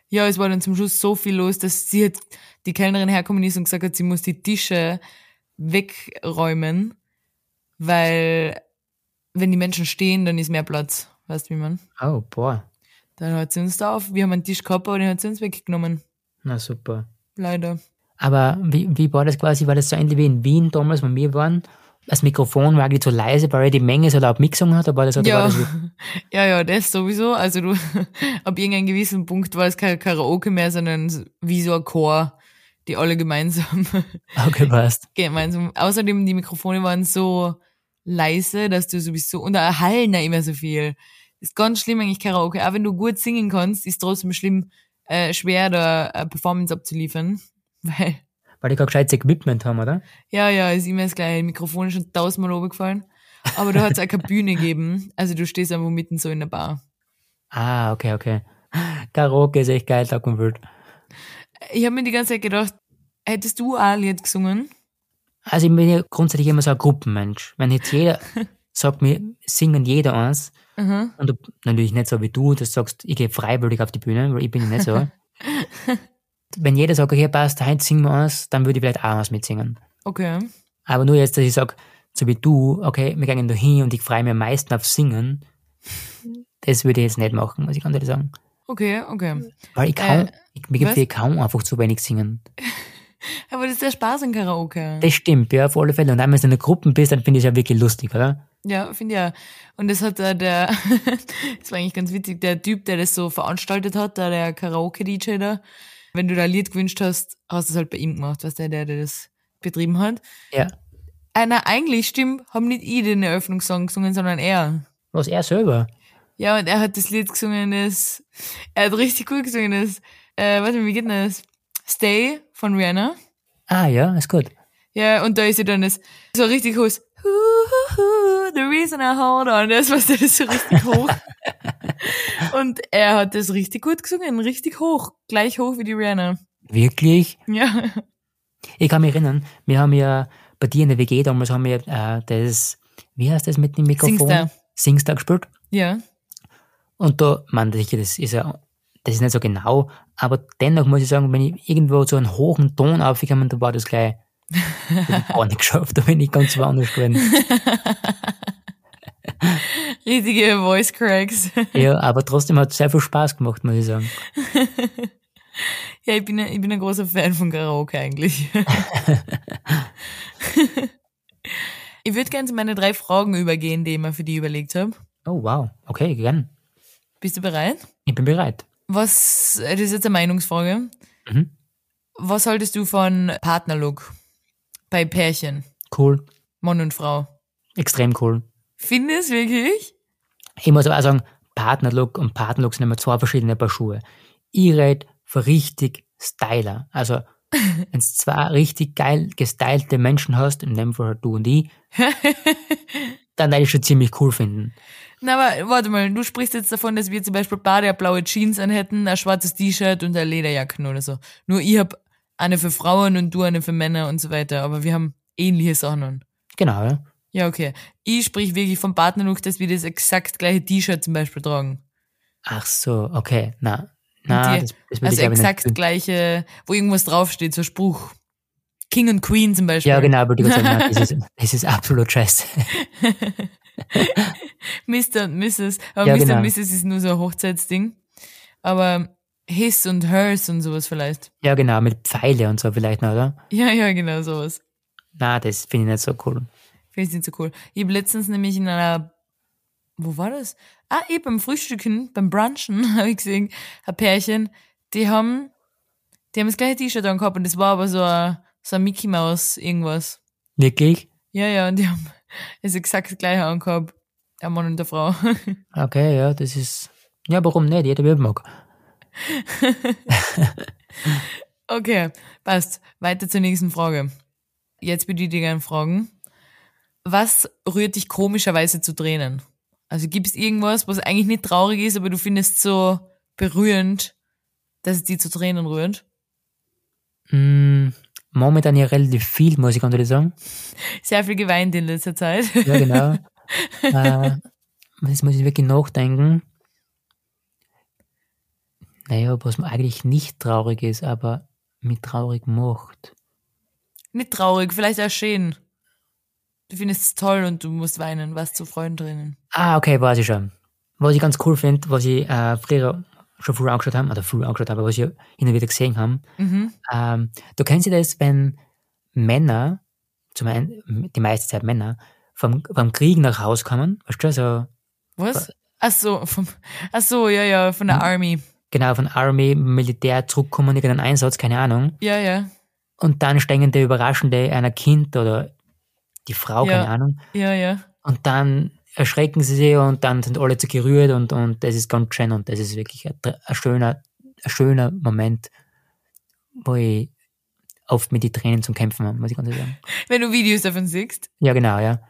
S5: Ja, es war dann zum Schluss so viel los, dass sie hat, die Kellnerin hergekommen ist und gesagt hat, sie muss die Tische wegräumen, weil wenn die Menschen stehen, dann ist mehr Platz. Weißt du, wie man?
S3: Oh, boah.
S5: Dann hat sie uns da auf. Wir haben einen Tisch gehabt, aber den hat sie uns weggenommen.
S3: Na super.
S5: Leider.
S3: Aber wie, wie war das quasi? War das so ähnlich wie in Wien damals, wo wir waren? Das Mikrofon war eigentlich zu leise, weil die Menge so laut mitgesungen hat, aber das hat war
S5: Ja.
S3: das
S5: ja, ja, das sowieso. Also du, ab irgendeinem gewissen Punkt war es kein Karaoke mehr, sondern wie so ein Chor, die alle gemeinsam,
S3: okay, passt.
S5: gemeinsam. Außerdem, die Mikrofone waren so leise, dass du sowieso, und da hallen da immer so viel. Ist ganz schlimm eigentlich Karaoke. Auch wenn du gut singen kannst, ist trotzdem schlimm, äh, schwer da äh, Performance abzuliefern. Weil,
S3: Weil die kein gescheites Equipment haben, oder?
S5: ja, ja, ist immer das gleiche. Mikrofone schon tausendmal runtergefallen. Aber da hat es auch keine Bühne gegeben. Also du stehst einfach mitten so in der Bar.
S3: Ah, okay, okay. Karaoke ist echt geil, Tag und Wild.
S5: Ich habe mir die ganze Zeit gedacht, hättest du auch ein Lied gesungen?
S3: Also ich bin ja grundsätzlich immer so ein Gruppenmensch. Wenn jetzt jeder sagt mir, singen jeder eins,
S5: Mhm.
S3: und du, natürlich nicht so wie du, dass du sagst, ich gehe freiwillig auf die Bühne, weil ich bin ja nicht so. Wenn jeder sagt, okay, passt, heute singen wir eins, dann würde ich vielleicht auch eins mitsingen.
S5: Okay.
S3: Aber nur jetzt, dass ich sage, so wie du, okay, wir gehen da hin und ich freue mich am meisten auf Singen, das würde ich jetzt nicht machen, muss ich ganz ehrlich sagen.
S5: Okay, okay.
S3: Weil ich kann,
S5: Äh,
S3: ich, mir gibt
S5: was?
S3: es kaum einfach zu wenig singen.
S5: Aber das ist der Spaß an Karaoke.
S3: Das stimmt, ja, auf alle Fälle. Und wenn du in der Gruppe bist, dann finde ich es ja wirklich lustig, oder?
S5: Ja, finde ich ja. Und das hat äh, der, das war eigentlich ganz witzig, der Typ, der das so veranstaltet hat, da der Karaoke-DJ da, wenn du da ein Lied gewünscht hast, hast du es halt bei ihm gemacht, weißt du, der, der das betrieben hat.
S3: Ja.
S5: Ah, na, eigentlich stimmt, haben nicht ich den Eröffnungssong gesungen, sondern er.
S3: Was er selber.
S5: Ja, und er hat das Lied gesungen, das, er hat richtig cool gesungen, das, äh, warte mal, wie geht denn das? Stay von Rihanna.
S3: Ah, ja, ist gut.
S5: Ja, und da ist sie dann das, so richtig hohes, "Hu, hu, hu, the reason I hold on, das war das ist so richtig hoch. und er hat das richtig gut gesungen, richtig hoch, gleich hoch wie die Rihanna.
S3: Wirklich?
S5: Ja,
S3: Ich kann mich erinnern, wir haben ja bei dir in der WG damals haben wir äh, das, wie heißt das mit dem Mikrofon?
S5: Singstar.
S3: Singstar gespielt.
S5: ja,
S3: Und da, man, das ist ja, das ist nicht so genau, aber dennoch muss ich sagen, wenn ich irgendwo so einen hohen Ton aufgekommen, da war das gleich hab ich gar nicht geschafft, da bin ich ganz woanders gewesen.
S5: riesige Voice Cracks.
S3: Ja, aber trotzdem hat es sehr viel Spaß gemacht, muss ich sagen.
S5: Ja, ich bin, ein- ich bin ein großer Fan von Karaoke eigentlich. ich würde gerne zu meinen drei Fragen übergehen, die ich mir für die überlegt habe.
S3: Oh wow, okay, gern.
S5: Bist du bereit?
S3: Ich bin bereit.
S5: Was, äh, das ist jetzt eine Meinungsfrage.
S3: Mhm.
S5: Was haltest du von Partnerlook bei Pärchen,
S3: Cool,
S5: Mann und Frau?
S3: extrem cool.
S5: Findest du wirklich?
S3: Ich muss aber auch sagen, Partnerlook und Partnerlook sind immer zwei verschiedene Paar Schuhe. Ich rede für richtig Styler. Also, wenn zwei richtig geil gestylte Menschen hast, in dem Fall halt du und ich, dann werde ich schon ziemlich cool finden.
S5: Na, aber warte mal, du sprichst jetzt davon, dass wir zum Beispiel beide eine blaue Jeans anhätten, ein schwarzes T-Shirt und eine Lederjacke oder so. Nur ich hab eine für Frauen und du eine für Männer und so weiter, aber wir haben ähnliche Sachen an.
S3: Genau, ja.
S5: Ja, okay. Ich sprich wirklich vom Partnerlook, dass wir das exakt gleiche T-Shirt zum Beispiel tragen.
S3: Ach so, okay, na. Na,
S5: die-
S3: das, das würde
S5: Also
S3: ich aber
S5: exakt
S3: nicht.
S5: gleiche, wo irgendwas draufsteht, so ein Spruch. King und Queen zum Beispiel.
S3: Ja, genau, würde ich gerade sagen, na, das, ist, das ist absolut scheiße.
S5: Mr. und Mrs. Aber
S3: Ja,
S5: Mr.
S3: genau.
S5: und Mrs. ist nur so ein Hochzeitsding. Aber his und hers und sowas vielleicht.
S3: Ja, genau, mit Pfeile und so vielleicht noch, oder?
S5: Ja, ja, genau, sowas.
S3: Na, das finde ich nicht so cool.
S5: Finde ich nicht so cool. Ich habe letztens nämlich in einer, wo war das? Ah, eh, beim Frühstücken, beim Brunchen, habe ich gesehen, ein Pärchen, die haben, die haben das gleiche T-Shirt angehabt und das war aber so ein, so ein Mickey Mouse irgendwas.
S3: Wirklich?
S5: Ja, ja, und die haben das exakt das gleiche angehabt. Ein Mann und eine Frau.
S3: Okay, ja, das ist. Ja, warum nicht? Jeder wie er mag.
S5: Okay, passt. Weiter zur nächsten Frage. Jetzt würde ich dir gerne fragen, was rührt dich komischerweise zu Tränen? Also gibt es irgendwas, was eigentlich nicht traurig ist, aber du findest so berührend, dass es dich zu Tränen rührt?
S3: Mm, momentan ja relativ viel, muss ich ganz ehrlich sagen.
S5: Sehr viel geweint in letzter Zeit.
S3: Ja, genau. äh, jetzt muss ich wirklich nachdenken. Naja, was mir eigentlich nicht traurig ist, aber mich traurig macht.
S5: nicht traurig, vielleicht auch schön. Du findest es toll und du musst weinen, was zu Freunden drinnen.
S3: Ah, okay, weiß ich schon. Was ich ganz cool finde, was ich äh, früher schon früher angeschaut habe, oder früher angeschaut habe, was ich hin und wieder gesehen habe,
S5: Mhm.
S3: Ähm, du kennst ja das, wenn Männer, zum einen die meiste Zeit Männer, vom, vom Krieg nach Haus kommen, weißt du, so
S5: Was? Ach so, vom, ach so, ja, ja, von der Army.
S3: genau von Army, Militär zurückkommen, irgendeinen Einsatz, keine Ahnung.
S5: Ja, ja,
S3: Und dann stehen der Überraschende einer Kind oder die Frau,
S5: Ja.
S3: keine Ahnung.
S5: ja, ja.
S3: Und dann erschrecken sie sich und dann sind alle zu gerührt und, und das ist ganz schön und das ist wirklich ein, tr- ein schöner, ein schöner Moment, wo ich oft mit die Tränen zum Kämpfen habe, muss ich ganz ehrlich sagen.
S5: Wenn du Videos davon siehst.
S3: Ja, genau, ja.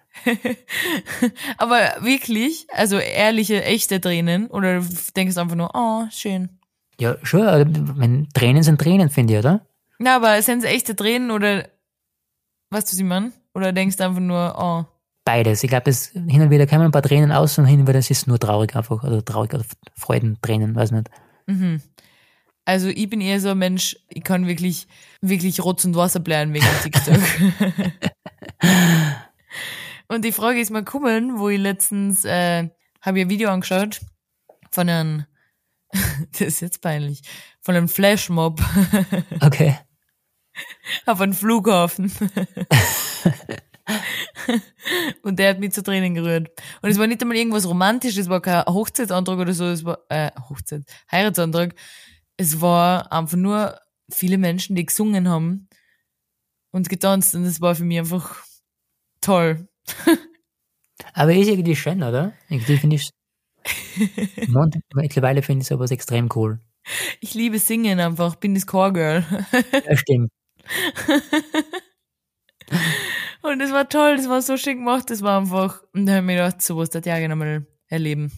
S5: Aber wirklich, also ehrliche, echte Tränen oder denkst du einfach nur, oh, schön.
S3: Ja, schon, aber wenn Tränen sind Tränen, finde ich, oder?
S5: Na, aber sind es echte Tränen oder weißt du, sie man? Oder denkst du einfach nur, oh,
S3: Beides. Ich glaube, es hin und wieder kommen ein paar Tränen aus und hin und wieder ist es nur traurig einfach. Oder traurig oder Freudentränen, weiß nicht.
S5: mhm. Also ich bin eher so ein Mensch, ich kann wirklich, wirklich Rotz und Wasser blären wegen TikTok. und die Frage ist mal kommen, wo ich letztens, äh, habe ich ein Video angeschaut von einem, das ist jetzt peinlich, von einem Flashmob.
S3: Okay.
S5: auf einen Flughafen. und der hat mich zu Tränen gerührt. Und es war nicht einmal irgendwas Romantisches, es war kein Hochzeitsantrag oder so, es war, äh, Hochzeit, Heiratsantrag. Es war einfach nur viele Menschen, die gesungen haben und getanzt und das war für mich einfach toll.
S3: Aber ist irgendwie schön, oder? Irgendwie finde ich Mittlerweile finde ich sowas extrem cool.
S5: Ich liebe Singen einfach, bin das Chorgirl.
S3: Ja, stimmt.
S5: Und es war toll, das war so schön gemacht, das war einfach, und da habe ich mir gedacht, sowas das ja gerne mal erleben.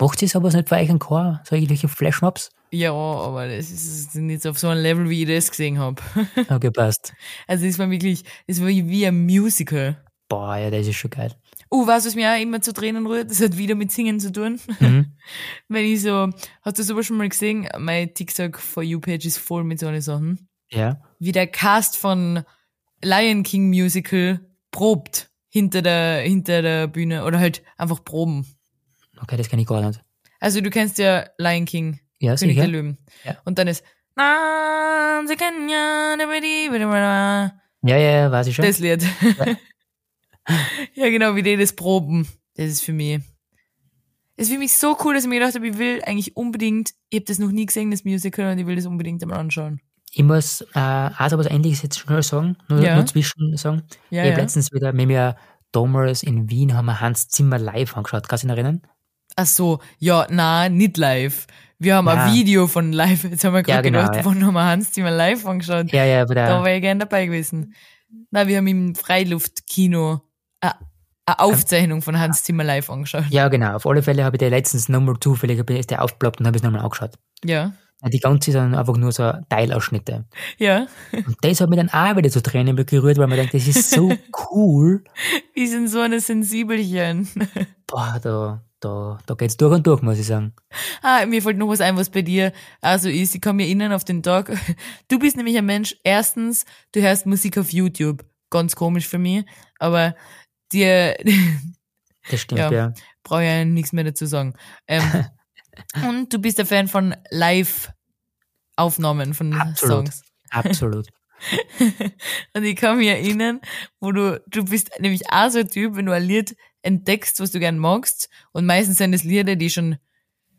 S3: Macht sie sowas nicht bei euch im Chor? So irgendwelche Flashmobs?
S5: Ja, aber das ist nicht auf so einem Level, wie ich das gesehen habe.
S3: Okay, passt.
S5: Also das war wirklich, das war wie ein Musical.
S3: Boah, ja, das ist schon geil.
S5: Uh, weißt du, was mir auch immer zu Tränen rührt? Das hat wieder mit Singen zu tun.
S3: Mhm.
S5: Wenn ich so, hast du sowas schon mal gesehen? Mein TikTok for You Page ist voll mit so einer Sachen.
S3: Ja.
S5: Wie der Cast von Lion King Musical probt hinter der, hinter der Bühne oder halt einfach proben.
S3: Okay, das kann ich gar nicht.
S5: Also du kennst ja Lion King,
S3: Ja,
S5: König der
S3: sicher.
S5: Löwen.
S3: Ja.
S5: Und dann ist, Na, sie kennen ja, da, ba, di, ba, da, ba, da.
S3: Ja, ja, ja, weiß ich schon.
S5: Das Lied. Ja. genau, wie die das proben. Das ist für mich. Das ist für mich so cool, dass ich mir gedacht habe, ich will eigentlich unbedingt, ich habe das noch nie gesehen, das Musical, und ich will das unbedingt einmal anschauen.
S3: ich muss äh, auch so was Ähnliches jetzt schnell sagen, nur,
S5: Ja.
S3: nur zwischen sagen.
S5: Ja,
S3: ich habe
S5: ja.
S3: letztens wieder mit mir damals in Wien haben wir Hans Zimmer live angeschaut. Kannst du dich noch erinnern?
S5: Ach so, ja, na, nicht live. Wir haben
S3: Na.
S5: ein Video von live, jetzt haben wir gerade
S3: Ja, genau,
S5: gedacht,
S3: ja.
S5: von nochmal Hans Zimmer live angeschaut.
S3: Ja, ja, bei
S5: Da
S3: der,
S5: wäre ich gern dabei gewesen. Na, wir haben im Freiluftkino eine eine Aufzeichnung von Hans Zimmer live angeschaut.
S3: ja, genau. Auf alle Fälle habe ich der letztens nochmal zufällig ist der aufgeploppt und habe es nochmal angeschaut.
S5: Ja.
S3: Die ganze sind einfach nur so Teilausschnitte.
S5: Ja.
S3: Und das hat mich dann auch wieder zu Tränen gerührt, weil man denkt, das ist so cool.
S5: Wir sind so eine Sensibelchen.
S3: Boah, da, da, da geht's durch und durch, muss ich sagen.
S5: Ah, mir fällt noch was ein, was bei dir also ist. Ich komme mir innen auf den Tag. Du bist nämlich ein Mensch. Erstens, du hörst Musik auf YouTube. Ganz komisch für mich. Aber dir
S3: Das stimmt,
S5: Ja.
S3: ja.
S5: brauche ich ja nichts mehr dazu sagen. Ähm, und du bist ein Fan von Live-Aufnahmen von
S3: Absolut.
S5: Songs.
S3: Absolut.
S5: Und ich kann mich erinnern, wo du, du bist nämlich auch so ein Typ, wenn du ein Lied entdeckst, was du gern magst. Und meistens sind es Lieder, die schon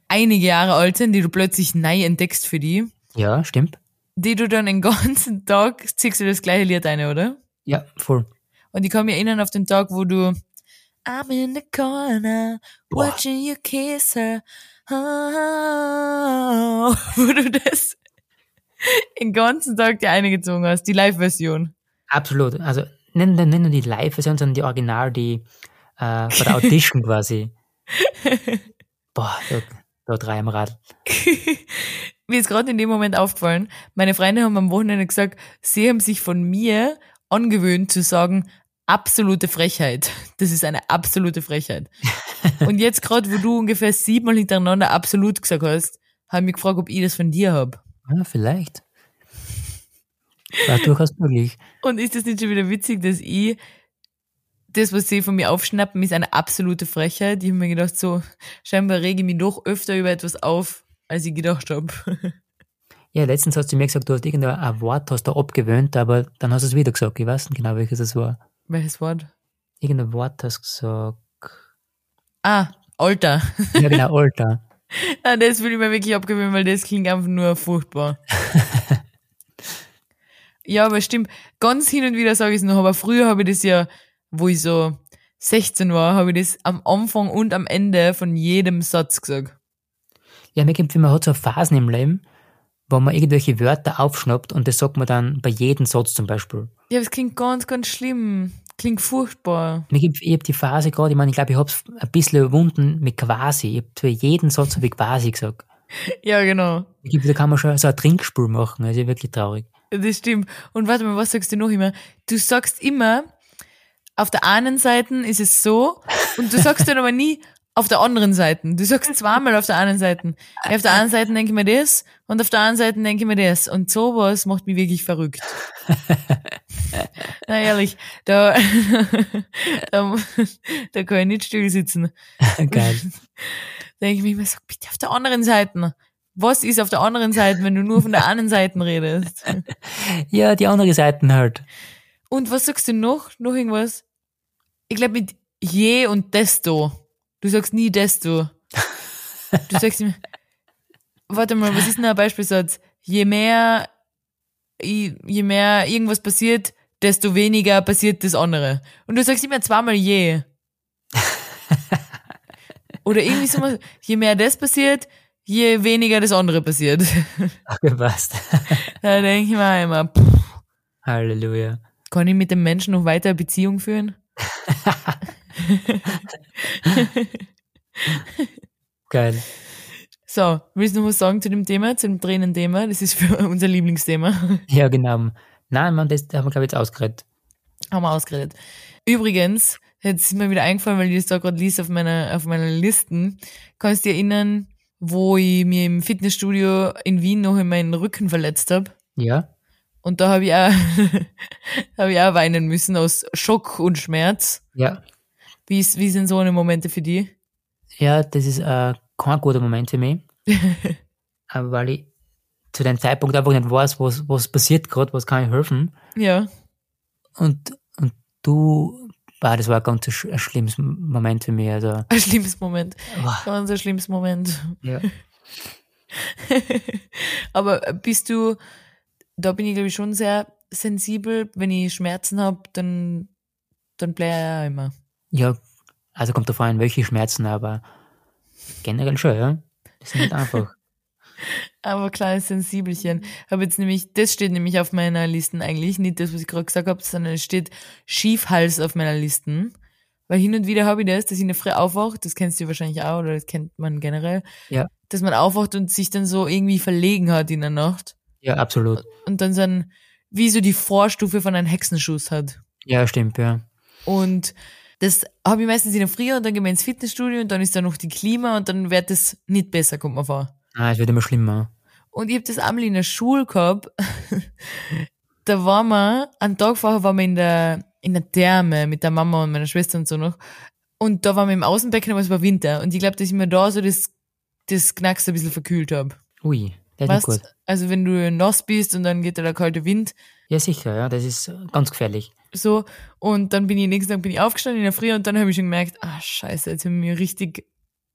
S5: einige Jahre alt sind, die du plötzlich neu entdeckst für die.
S3: ja, stimmt.
S5: die du dann den ganzen Tag ziehst du das gleiche Lied ein, oder?
S3: Ja, voll.
S5: Und ich kann mich erinnern auf den Tag, wo du I'm in the corner,
S3: Boah.
S5: watching you kiss her. Oh, wo du das den ganzen Tag dir eine gezogen hast, die Live-Version.
S3: Absolut. Also nicht, nicht, nicht nur die Live-Version, sondern die Original, die äh, bei der Audition quasi. Boah, da, da drei am Rad.
S5: Mir ist gerade in dem Moment aufgefallen, meine Freunde haben am Wochenende gesagt, sie haben sich von mir angewöhnt zu sagen, absolute Frechheit. Das ist eine absolute Frechheit. Und jetzt gerade, wo du ungefähr siebenmal hintereinander absolut gesagt hast, haben mich gefragt, ob ich das von dir hab.
S3: Ja, vielleicht. War durchaus möglich.
S5: Und ist das nicht schon wieder witzig, dass ich das, was sie von mir aufschnappen, ist eine absolute Frechheit. Ich habe mir gedacht, so scheinbar rege ich mich doch öfter über etwas auf, als ich gedacht habe.
S3: Ja, letztens hast du mir gesagt, du hast irgendein Wort hast du abgewöhnt, aber dann hast du es wieder gesagt. Ich weiß nicht genau, welches es war.
S5: Welches Wort?
S3: Irgendein Wort hast du gesagt.
S5: Ah, Alter.
S3: Ja, genau, Alter.
S5: Ah, das will ich mir wirklich abgewöhnen, weil das klingt einfach nur furchtbar. ja, aber stimmt. Ganz hin und wieder sage ich es noch, aber früher habe ich das ja, wo ich so 16 war, habe ich das am Anfang und am Ende von jedem Satz gesagt.
S3: Ja, mir kommt, man hat so Phasen im Leben, wo man irgendwelche Wörter aufschnappt und das sagt man dann bei jedem Satz zum Beispiel.
S5: Ja, aber es klingt ganz, ganz schlimm. Klingt furchtbar.
S3: Mir gibt, ich habe die Phase gerade, ich meine, ich glaube, ich habe es ein bisschen überwunden mit quasi. Ich habe für jeden Satz habe ich quasi gesagt.
S5: Ja, genau.
S3: Mir gibt, da kann man schon so ein Trinkspiel machen, also wirklich traurig.
S5: Das stimmt. Und warte mal, was sagst du noch immer? Du sagst immer, auf der einen Seite ist es so, und du sagst dann aber nie auf der anderen Seite. Du sagst zweimal auf der anderen Seite. Ja, Auf der einen Seite denke ich mir das, und auf der anderen Seite denke ich mir das. Und sowas macht mich wirklich verrückt. Na ehrlich, da, da, da kann ich nicht still sitzen.
S3: Geil.
S5: Da denke ich mir immer, sag bitte auf der anderen Seite. Was ist auf der anderen Seite, wenn du nur von der anderen Seite redest?
S3: Ja, die andere Seiten halt.
S5: Und was sagst du noch? Noch irgendwas? Ich glaube mit je und desto. Du sagst nie desto. Du sagst immer, warte mal, was ist denn ein Beispielsatz? Je mehr, je mehr irgendwas passiert, desto weniger passiert das andere. Und du sagst immer zweimal je. Oder irgendwie so, was, je mehr das passiert, je weniger das andere passiert.
S3: Okay, passt.
S5: Da denke ich mir immer, pff,
S3: Halleluja.
S5: kann ich mit dem Menschen noch weiter eine Beziehung führen?
S3: Geil.
S5: So, willst du noch was sagen zu dem Thema, zu dem Tränenthema? Das ist für unser Lieblingsthema.
S3: Ja, genau. Nein, man, das haben wir, glaube ich, jetzt ausgeredet.
S5: Haben wir ausgeredet. Übrigens, jetzt ist mir wieder eingefallen, weil ich das da gerade liest auf meiner, auf meiner Listen. Kannst du dir erinnern, wo ich mir im Fitnessstudio in Wien noch in meinen Rücken verletzt habe?
S3: Ja?
S5: Und da habe ich, auch- hab ich auch weinen müssen aus Schock und Schmerz.
S3: Ja.
S5: Wie, ist, wie sind so eine Momente für die?
S3: Ja, das ist äh, kein guter Moment für mich. aber weil ich zu dem Zeitpunkt einfach nicht weiß, was, was passiert gerade, was kann ich helfen.
S5: Ja.
S3: Und, und du, bah, das war ganz ein, sch ein schlimmes Moment für mich. Also,
S5: Ein schlimmes Moment.
S3: Boah.
S5: Ganz ein schlimmes Moment.
S3: ja.
S5: Aber äh, bist du, da bin ich glaube ich schon sehr sensibel. Wenn ich Schmerzen habe, dann, dann bleibe ich auch immer.
S3: ja, also kommt davon an, welche Schmerzen, aber generell schon, ja. Das ist nicht einfach.
S5: Aber kleines Sensibelchen. Habe jetzt nämlich, das steht nämlich auf meiner Listen eigentlich, nicht das, was ich gerade gesagt habe, sondern es steht Schiefhals auf meiner Listen. Weil hin und wieder habe ich das, dass ich in der Früh aufwache, das kennst du wahrscheinlich auch, oder das kennt man generell.
S3: Ja.
S5: Dass man aufwacht und sich dann so irgendwie verlegen hat in der Nacht.
S3: Ja, absolut.
S5: Und dann so ein, wie so die Vorstufe von einem Hexenschuss hat.
S3: Ja, stimmt, ja.
S5: Und das habe ich meistens in der Früh und dann gehen wir ins Fitnessstudio und dann ist da noch die Klima und dann wird das nicht besser, kommt mir vor.
S3: Ah, es wird immer schlimmer.
S5: Und ich habe das einmal in der Schule gehabt. da waren wir, einen Tag vorher waren wir in der, in der Therme mit der Mama und meiner Schwester und so noch. Und da waren wir im Außenbecken, aber es war Winter. Und ich glaube, dass ich mir da so das, das Knacks ein bisschen verkühlt habe.
S3: Ui, das ist nicht
S5: Weißt
S3: gut.
S5: Also wenn du nass bist und dann geht da der kalte Wind,
S3: Ja, sicher, ja, das ist ganz gefährlich.
S5: so. Und dann bin ich nächsten Tag bin ich aufgestanden in der Früh und dann habe ich schon gemerkt, ah scheiße, jetzt haben wir richtig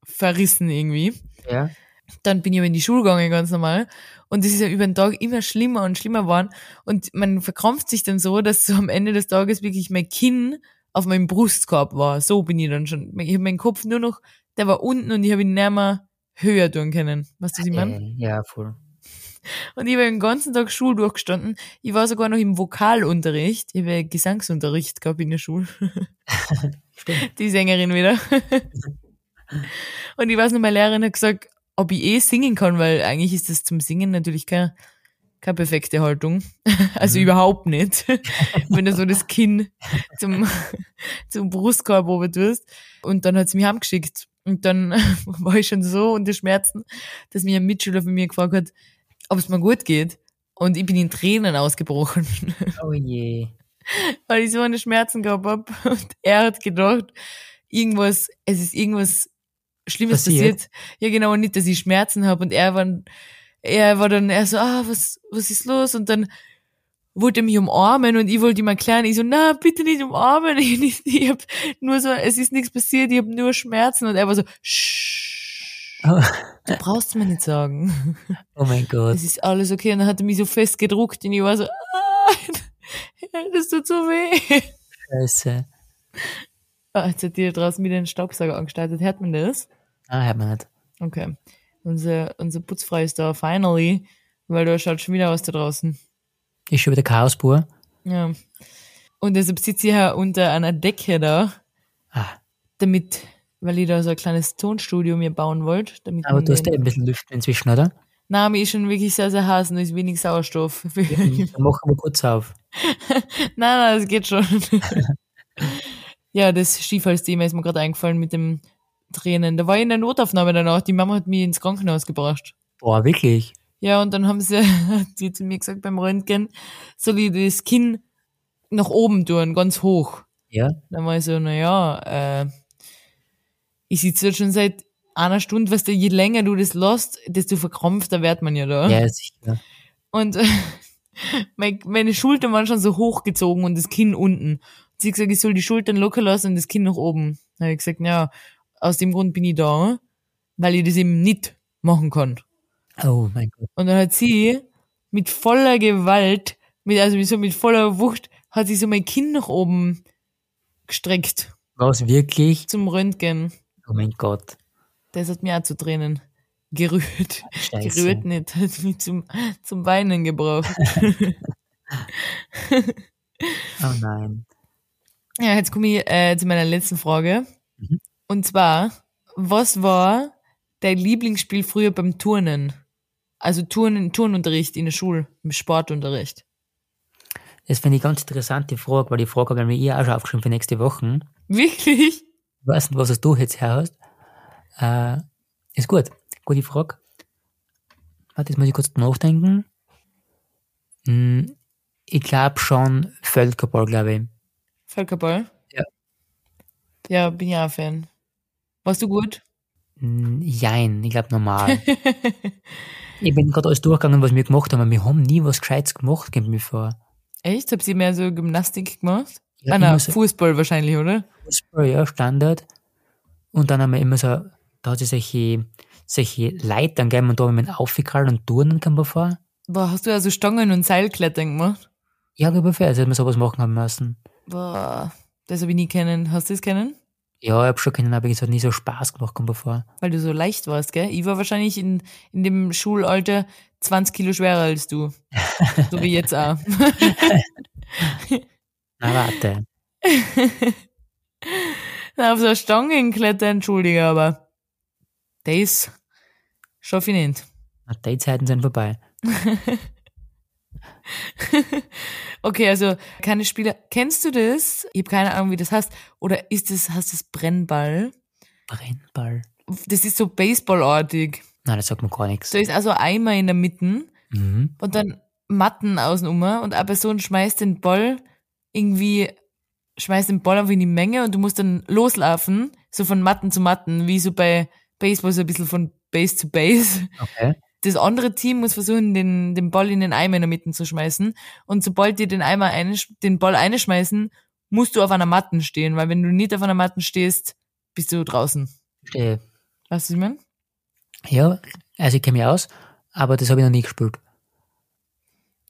S5: verrissen irgendwie.
S3: Ja.
S5: Dann bin ich aber in die Schule gegangen, ganz normal. Und das ist ja über den Tag immer schlimmer und schlimmer geworden. Und man verkrampft sich dann so, dass so am Ende des Tages wirklich mein Kinn auf meinem Brustkorb war. So bin ich dann schon. Ich habe meinen Kopf nur noch, der war unten und ich habe ihn nicht mehr höher tun können. Weißt du, was ich meine?
S3: Äh, ja, voll.
S5: Und ich habe den ganzen Tag Schule durchgestanden. Ich war sogar noch im Vokalunterricht. Ich habe Gesangsunterricht gehabt in der Schule. Die Sängerin wieder. Und ich weiß noch, meine Lehrerin hat gesagt, ob ich eh singen kann, weil eigentlich ist das zum Singen natürlich keine, keine perfekte Haltung. Also überhaupt nicht. Wenn du so das Kinn zum, zum Brustkorb oben tust. Und dann hat sie mich heimgeschickt. Und dann war ich schon so unter Schmerzen, dass mir ein Mitschüler von mir gefragt hat, ob es mir gut geht. Und ich bin in Tränen ausgebrochen,
S3: Oh je.
S5: weil ich so eine Schmerzen gehabt hab. Und er hat gedacht, irgendwas, es ist irgendwas Schlimmes
S3: Passiert.
S5: passiert. Ja, genau, und nicht, dass ich Schmerzen habe. Und er war, er war dann, er so, ah, was, was ist los? Und dann wollte er mich umarmen und ich wollte ihm erklären, ich so, na, bitte nicht umarmen. Ich, nicht, ich hab nur so, es ist nichts passiert, ich habe nur Schmerzen. Und er war so, shh, du brauchst mir nicht sagen
S3: Oh mein Gott.
S5: es ist alles okay. Und dann hat er mich so fest gedruckt und ich war so, ah, das tut so weh.
S3: Scheiße.
S5: Ah, jetzt hat dir draußen wieder einen Staubsauger angestartet. Hört man das?
S3: Ah, hört man nicht.
S5: Okay. Unser, unser Putzfrei ist da, finally. Weil du schaut schon wieder aus da draußen.
S3: Ist schon wieder Chaos pur.
S5: Ja. Und deshalb sitze ich hier unter einer Decke da,
S3: Ah,
S5: damit, weil ich da so ein kleines Tonstudio mir bauen wollte. Damit
S3: aber
S5: man
S3: du hast ja
S5: den-
S3: ein bisschen Lüften inzwischen, oder?
S5: Nein, mir ist schon wirklich sehr, sehr heiß und da ist wenig Sauerstoff.
S3: Dann machen wir kurz auf.
S5: Nein, nein, es geht schon. ja, das Schiefhalsthema ist mir gerade eingefallen mit dem Tränen. Da war ich in der Notaufnahme danach. Die Mama hat mich ins Krankenhaus gebracht.
S3: Boah, wirklich?
S5: Ja, und dann haben sie, hat sie zu mir gesagt beim Röntgen, soll ich das Kinn nach oben tun, ganz hoch.
S3: Ja.
S5: Dann war ich so, naja, äh, ich sitze jetzt schon seit einer Stunde, weißt du, je länger du das lässt, desto verkrampfter wird man ja da.
S3: Ja, sicher.
S5: Und äh, mein- meine Schultern waren schon so hochgezogen und das Kinn unten. Sie hat gesagt, ich soll die Schultern locker lassen und das Kinn nach oben. Da habe ich gesagt, ja, aus dem Grund bin ich da, weil ich das eben nicht machen kann.
S3: Oh mein Gott.
S5: Und dann hat sie mit voller Gewalt, mit, also so mit voller Wucht, hat sie so mein Kinn nach oben gestreckt
S3: Was wirklich?
S5: zum Röntgen.
S3: Oh mein Gott.
S5: Das hat mich auch zu Tränen gerührt.
S3: Scheiße.
S5: Gerührt nicht, hat mich zum, zum Weinen gebraucht.
S3: Oh nein.
S5: Ja, jetzt komme ich äh, zu meiner letzten Frage.
S3: Mhm.
S5: Und zwar, was war dein Lieblingsspiel früher beim Turnen? Also Turnen, Turnunterricht in der Schule, im Sportunterricht.
S3: Das finde ich ganz interessant, die Frage, weil die Frage habe ich mir eh auch schon aufgeschrieben für nächste Woche.
S5: Wirklich?
S3: Ich weiß nicht, was du jetzt her hast. Äh, ist gut. Gute Frage. Warte, jetzt muss ich kurz nachdenken. Hm, ich glaube schon Völkerball, glaube ich.
S5: Völkerball?
S3: Ja.
S5: Ja, bin ja auch Fan. Warst du gut?
S3: Hm, Jein, ich glaube normal. ich bin gerade alles durchgegangen, was wir gemacht haben, aber wir haben nie was Gescheites gemacht, kommt mir vor.
S5: Echt? Habt ihr mehr so Gymnastik gemacht?
S3: Ja,
S5: ah, na,
S3: immer so-
S5: Fußball wahrscheinlich, oder?
S3: Fußball, ja, Standard. Und dann haben wir immer so, da hat es solche, solche Leitern gegeben und da haben wir einen aufgekrallt und Turnen kam mir vor.
S5: Boah, hast du ja so Stangen und Seilklettern gemacht?
S3: Ja, ungefähr, also hätten wir sowas machen haben müssen.
S5: Boah, das habe ich nie kennen. Hast du das kennen?
S3: Ja, ich hab schon keinen, aber es hat nie so Spaß gemacht, kommt mir vor.
S5: Weil du so leicht warst, gell? Ich war wahrscheinlich in, in dem Schulalter 20 Kilo schwerer als du. So wie jetzt auch.
S3: Na, warte.
S5: Auf so Stangen klettern, entschuldige, aber das schaffe ich nicht.
S3: Na, die Zeiten sind vorbei.
S5: Okay, also keine Spieler. Kennst du das? Ich habe keine Ahnung, wie das heißt. Oder ist das, heißt das Brennball?
S3: Brennball.
S5: Das ist so baseballartig.
S3: Nein, das sagt mir gar nichts.
S5: Da ist also Eimer in der Mitte
S3: Mhm.
S5: und dann Matten außen um und eine Person schmeißt den Ball irgendwie, schmeißt den Ball einfach in die Menge und du musst dann loslaufen, so von Matten zu Matten, wie so bei Baseball, so ein bisschen von Base zu Base.
S3: Okay.
S5: das andere Team muss versuchen, den, den Ball in den Eimer in der Mitte zu schmeißen. Und sobald die den Eimer ein, den Ball einschmeißen, musst du auf einer Matten stehen, weil wenn du nicht auf einer Matten stehst, bist du draußen.
S3: Verstehe.
S5: Weißt du, was ich meine?
S3: Ja, also ich kenne mich aus, aber das habe ich noch nie gespielt.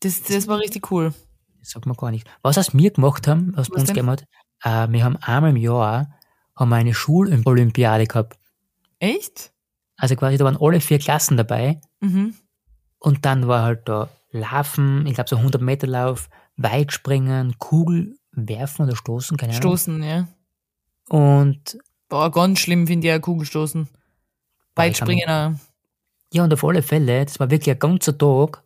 S5: Das, das war richtig cool.
S3: Das sagt man gar nicht. Was, was wir gemacht haben, was, bei
S5: Was
S3: uns
S5: denn?
S3: gegeben hat, äh, wir haben einmal im Jahr haben wir eine Schulolympiade gehabt.
S5: Echt?
S3: Also quasi, da waren alle vier Klassen dabei
S5: Mhm.
S3: und dann war halt da Laufen, ich glaube so 100 Meter Lauf, Weitspringen, Kugelwerfen oder Stoßen, keine Ahnung.
S5: Stoßen, ja.
S3: Und
S5: Boah, ganz schlimm finde ich ja Kugelstoßen. Weitspringen auch.
S3: ja, und auf alle Fälle, das war wirklich ein ganzer Tag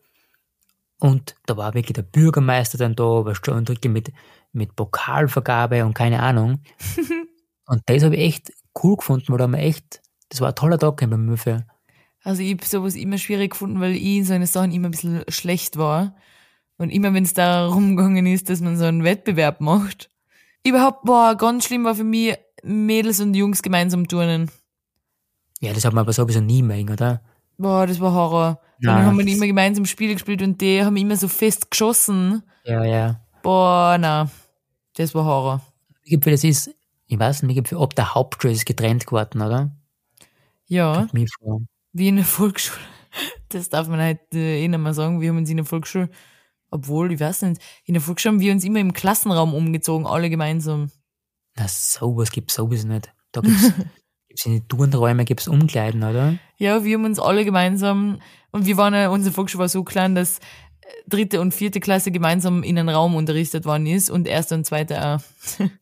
S3: und da war wirklich der Bürgermeister dann da, weißt du, und wirklich mit, mit Pokalvergabe und keine Ahnung. und das habe ich echt cool gefunden, weil da haben wir echt, das war ein toller Tag bei mir für.
S5: Also ich habe sowas immer schwierig gefunden, weil ich in so eine Sachen immer ein bisschen schlecht war. Und immer wenn es darum gegangen ist, dass man so einen Wettbewerb macht. Überhaupt, boah, ganz schlimm war für mich Mädels und Jungs gemeinsam turnen.
S3: Ja, das hat man aber sowieso nie mehr, oder?
S5: Boah, das war Horror. Und
S3: Nein.
S5: dann haben wir immer gemeinsam Spiele gespielt und die haben immer so fest geschossen.
S3: Ja, ja.
S5: Boah, na, das war Horror.
S3: Wie gibt für das ist, ich weiß nicht, wie gibt für, ob der Hauptschule ist getrennt geworden, oder?
S5: Ja,
S3: Mir vor.
S5: wie in der Volksschule. Das darf man halt äh, eh nicht mehr sagen. Wir haben uns in der Volksschule, obwohl, ich weiß nicht, in der Volksschule haben wir uns immer im Klassenraum umgezogen, alle gemeinsam.
S3: Na, sowas gibt's sowieso nicht. Da gibt's, gibt's in den Turnräumen gibt's Umkleiden, oder?
S5: Ja, wir haben uns alle gemeinsam, und wir waren ja, unsere Volksschule war so klein, dass äh, dritte und vierte Klasse gemeinsam in einen Raum unterrichtet worden ist und erste und zweite auch.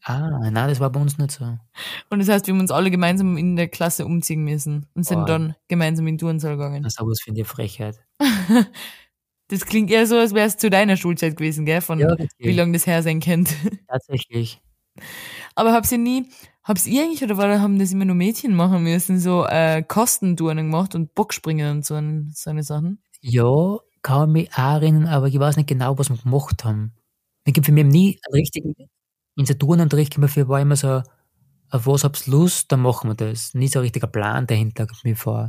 S3: Ah, nein, das war bei uns nicht so.
S5: Und das heißt, wir haben uns alle gemeinsam in der Klasse umziehen müssen und sind
S3: Boah.
S5: dann gemeinsam in Turnsaal gegangen.
S3: Na, sowas finde ich eine Frechheit.
S5: Das klingt eher so, als wäre es zu deiner Schulzeit gewesen, gell? Von
S3: Ja,
S5: wie
S3: tatsächlich.
S5: lange das her sein könnte.
S3: tatsächlich.
S5: Aber hab's ihr nie, hab's ihr eigentlich oder war, haben das immer nur Mädchen machen müssen, so äh, Kostenturnen gemacht und Bockspringen und so, ein- so eine Sachen?
S3: Ja, kann mich auch erinnern, aber ich weiß nicht genau, was wir gemacht haben. Es gibt für mich nie einen richtigen, in so Turnunterricht immer für, war immer so ein auf was hab's Lust, dann machen wir das. Nicht so ein richtiger Plan dahinter kommt mir vor.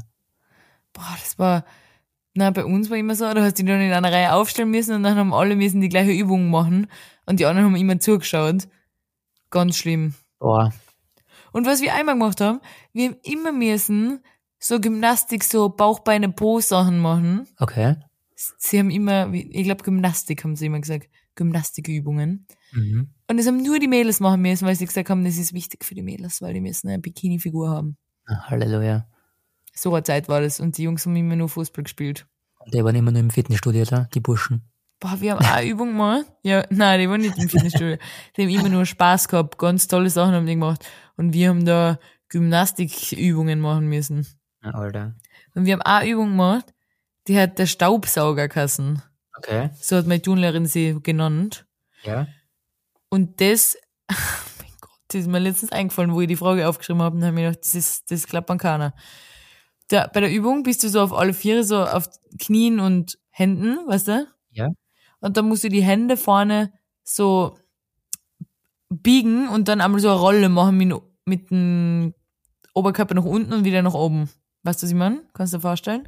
S5: Boah, das war, na, bei uns war immer so, du hast die dann in einer Reihe aufstellen müssen und dann haben alle müssen die gleiche Übung machen und die anderen haben immer zugeschaut. Ganz schlimm.
S3: Boah,
S5: Und was wir einmal gemacht haben, wir haben immer müssen so Gymnastik, so Bauch, Beine, Po Sachen machen.
S3: okay.
S5: Sie haben immer, ich glaube Gymnastik haben sie immer gesagt, Gymnastikübungen.
S3: Mhm.
S5: Und das haben nur die Mädels machen müssen, weil sie gesagt haben, das ist wichtig für die Mädels, weil die müssen eine Bikini-Figur haben.
S3: Ah, Halleluja.
S5: So eine Zeit war das und die Jungs haben immer nur Fußball gespielt.
S3: Und die waren immer nur im Fitnessstudio, oder? Die Burschen.
S5: Boah, wir haben auch eine Übung gemacht. Ja, nein, die waren nicht im Fitnessstudio. Die haben immer nur Spaß gehabt, ganz tolle Sachen haben die gemacht. Und wir haben da Gymnastikübungen machen müssen.
S3: Ah, Alter.
S5: Und wir haben auch eine Übung gemacht, die hat der Staubsauger kassen.
S3: Okay.
S5: So hat meine Turnlehrerin sie genannt.
S3: Ja.
S5: Und das, oh mein Gott, das ist mir letztens eingefallen, wo ich die Frage aufgeschrieben habe, und dann habe ich mir gedacht, das ist, das klappt man keiner. Da, bei der Übung bist du so auf alle Viere, so auf Knien und Händen, weißt du?
S3: Ja.
S5: Und dann musst du die Hände vorne so biegen und dann einmal so eine Rolle machen mit, mit dem Oberkörper nach unten und wieder nach oben. Weißt du, was ich meine? Kannst du dir vorstellen?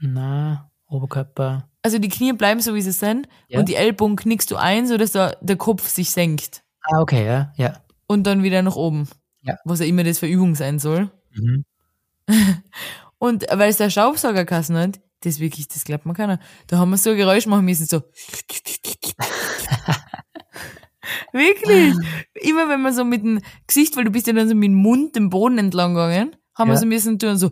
S3: Na, Oberkörper.
S5: Also die Knie bleiben so, wie sie sind
S3: Ja.
S5: und die Ellbogen knickst du ein, sodass der, der Kopf sich senkt.
S3: Ah, okay, ja, ja.
S5: und dann wieder nach oben.
S3: Ja.
S5: Was ja immer das für Übung sein soll.
S3: Mhm.
S5: Und weil es der Staubsaugerkasten hat, das wirklich, das glaubt man keiner. Da haben wir so ein Geräusch machen müssen, so. wirklich. Immer wenn man so mit dem Gesicht, weil du bist ja dann so mit dem Mund den Boden entlang gegangen, haben wir
S3: Ja.
S5: so müssen tun, so.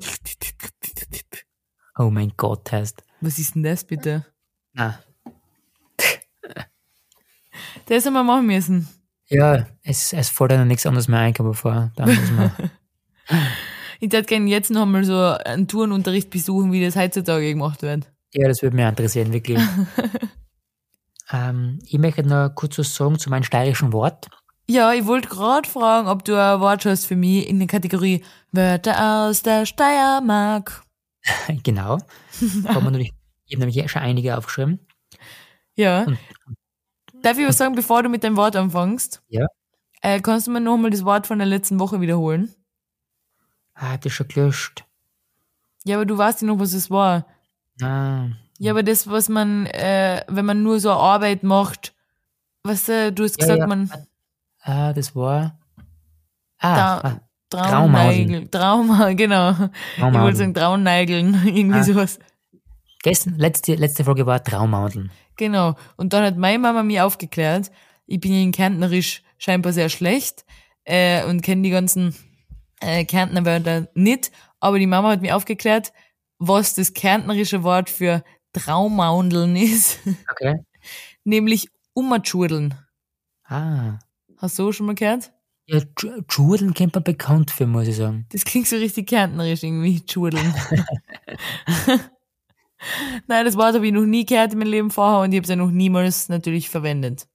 S3: Oh mein Gott, heißt.
S5: Was ist denn das bitte?
S3: Na.
S5: Das haben wir machen müssen.
S3: Ja, es, es fällt einem nichts anderes mehr ein, aber vor. Da muss man.
S5: Ich würde gerne jetzt noch mal so einen Tourenunterricht besuchen, wie das heutzutage gemacht wird.
S3: ja, das würde mich interessieren, wirklich. ähm, ich möchte noch kurz was sagen zu meinem steirischen Wort.
S5: Ja, ich wollte gerade fragen, ob du ein Wort hast für mich in der Kategorie Wörter aus der Steiermark.
S3: genau. Haben wir natürlich, ich habe nämlich eh schon einige aufgeschrieben.
S5: Ja.
S3: Hm.
S5: Darf ich was sagen, bevor du mit deinem Wort anfängst?
S3: Ja.
S5: Äh, kannst du mir nochmal das Wort von der letzten Woche wiederholen?
S3: Ah, das ist schon gelöscht.
S5: Ja, aber du weißt ja noch, was es war.
S3: Ah,
S5: Ja, aber das, was man, äh, wenn man nur so Arbeit macht, weißt du, du hast
S3: Ja,
S5: gesagt,
S3: ja.
S5: man
S3: ah, das war. Ah,
S5: Da-
S3: ah
S5: Traumneigeln. Trauma, genau. Ich wollte sagen Traunneigeln, irgendwie
S3: Ah.
S5: sowas.
S3: Gestern, letzte, letzte Folge war Traumaudeln.
S5: Genau. Und dann hat meine Mama mich aufgeklärt. Ich bin in Kärntnerisch scheinbar sehr schlecht äh, und kenne die ganzen äh, Kärntner Wörter nicht. Aber die Mama hat mich aufgeklärt, was das kärntnerische Wort für Traumaundeln ist,
S3: Okay.
S5: nämlich Ummatschudeln.
S3: Ah.
S5: Hast du auch schon mal gehört?
S3: Ja, Judeln kennt man bekannt für, muss ich sagen.
S5: Das klingt so richtig kärntnerisch irgendwie, Tschudeln. Nein, das Wort habe ich noch nie gehört in meinem Leben vorher und ich habe es ja noch niemals natürlich verwendet.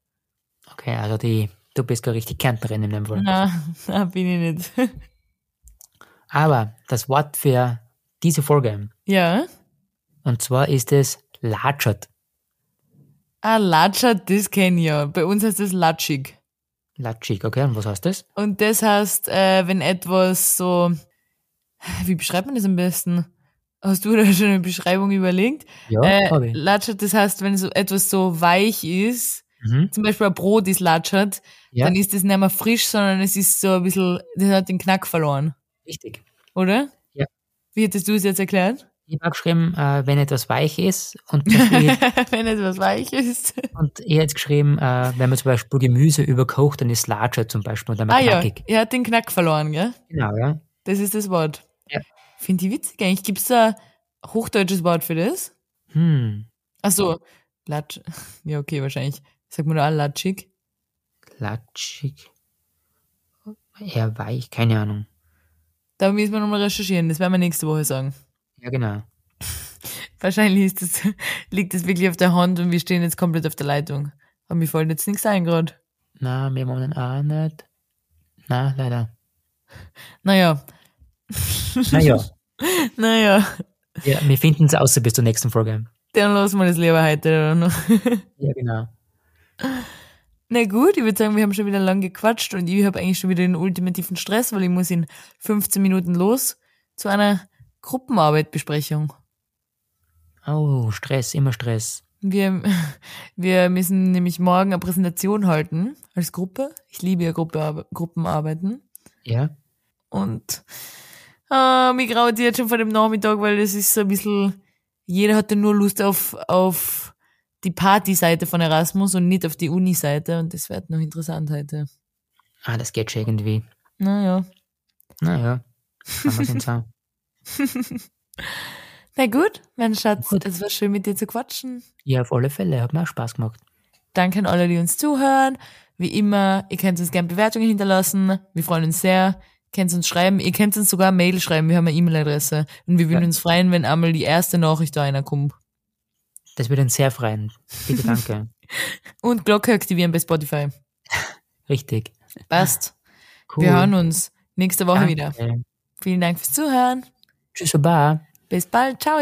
S3: Okay, also die, du bist gar richtig Kärntnerin in dem Fall.
S5: Na, na, bin ich nicht.
S3: Aber das Wort für diese Folge,
S5: Ja.
S3: und zwar ist es latschert.
S5: Ah, latschert, das kenn ich ja. Bei uns heißt das latschig.
S3: Latschig, okay, und was heißt das?
S5: Und das heißt, äh, wenn etwas so, wie beschreibt man das am besten? Hast du da schon eine Beschreibung überlegt?
S3: Ja, hab
S5: äh,
S3: ich.
S5: latschert, das heißt, wenn so etwas so weich ist,
S3: Mhm.
S5: zum Beispiel ein Brot ist latschert,
S3: Ja.
S5: dann ist das nicht mehr frisch, sondern es ist so ein bisschen, das hat den Knack verloren,
S3: Richtig.
S5: oder?
S3: Ja.
S5: Wie hättest du es jetzt erklärt?
S3: Ich habe geschrieben, äh, wenn etwas weich ist und, zum Beispiel-
S5: wenn etwas weich ist.
S3: und ich hätte geschrieben, äh, wenn man zum Beispiel Gemüse überkocht, dann ist latschert zum Beispiel und dann
S5: Ah
S3: wird
S5: ja,
S3: knackig.
S5: er hat den Knack verloren, gell?
S3: Genau, ja.
S5: Das ist das Wort.
S3: Ja.
S5: Finde ich witzig eigentlich. Gibt es da ein hochdeutsches Wort für das?
S3: Hm,
S5: Ach so, Latsch. Ja, okay, wahrscheinlich. Sagt man da auch latschig?
S3: latschig. Eher weich, keine Ahnung.
S5: Da müssen wir nochmal recherchieren. Das werden wir nächste Woche sagen.
S3: Ja, genau.
S5: Wahrscheinlich ist das, liegt das wirklich auf der Hand und wir stehen jetzt komplett auf der Leitung. Aber mir fällt jetzt nichts ein gerade.
S3: Na, wir wollen auch nicht. Na, leider.
S5: Naja,
S3: Naja,
S5: naja.
S3: ja, wir finden es außer bis zur nächsten Folge.
S5: Dann lassen wir das lieber heute. Oder?
S3: Ja, genau.
S5: Na gut, ich würde sagen, wir haben schon wieder lang gequatscht und ich habe eigentlich schon wieder den ultimativen Stress, weil ich muss in 15 Minuten los zu einer Gruppenarbeitbesprechung.
S3: Oh, Stress, immer Stress.
S5: Wir, wir müssen nämlich morgen eine Präsentation halten als Gruppe. Ich liebe ja Gruppe, Gruppenarbeiten.
S3: Ja.
S5: Und äh, mich graut jetzt schon vor dem Nachmittag, weil es ist so ein bisschen, jeder hatte nur Lust auf, auf die Partyseite von Erasmus und nicht auf die Uni-Seite und das wird noch interessant heute.
S3: Ah, das geht schon irgendwie.
S5: Naja.
S3: Naja, kann man schon sagen.
S5: Na gut, mein Schatz,
S3: Gut.
S5: es war schön mit dir zu quatschen.
S3: Ja, auf alle Fälle, hat mir auch Spaß gemacht.
S5: Danke an alle, die uns zuhören. Wie immer, ihr könnt uns gerne Bewertungen hinterlassen. Wir freuen uns sehr. Könnt uns schreiben. Ihr könnt uns sogar Mail schreiben. Wir haben eine E-Mail-Adresse. Und wir würden
S3: Ja.
S5: uns freuen, wenn einmal die erste Nachricht da einer kommt.
S3: Das wird uns sehr freuen. Bitte danke.
S5: Und Glocke aktivieren bei Spotify.
S3: Richtig.
S5: Passt.
S3: Cool.
S5: Wir hören uns nächste Woche wieder.
S3: Danke.
S5: Vielen Dank fürs Zuhören.
S3: Tschüss, Baba.
S5: Bis bald. Ciao.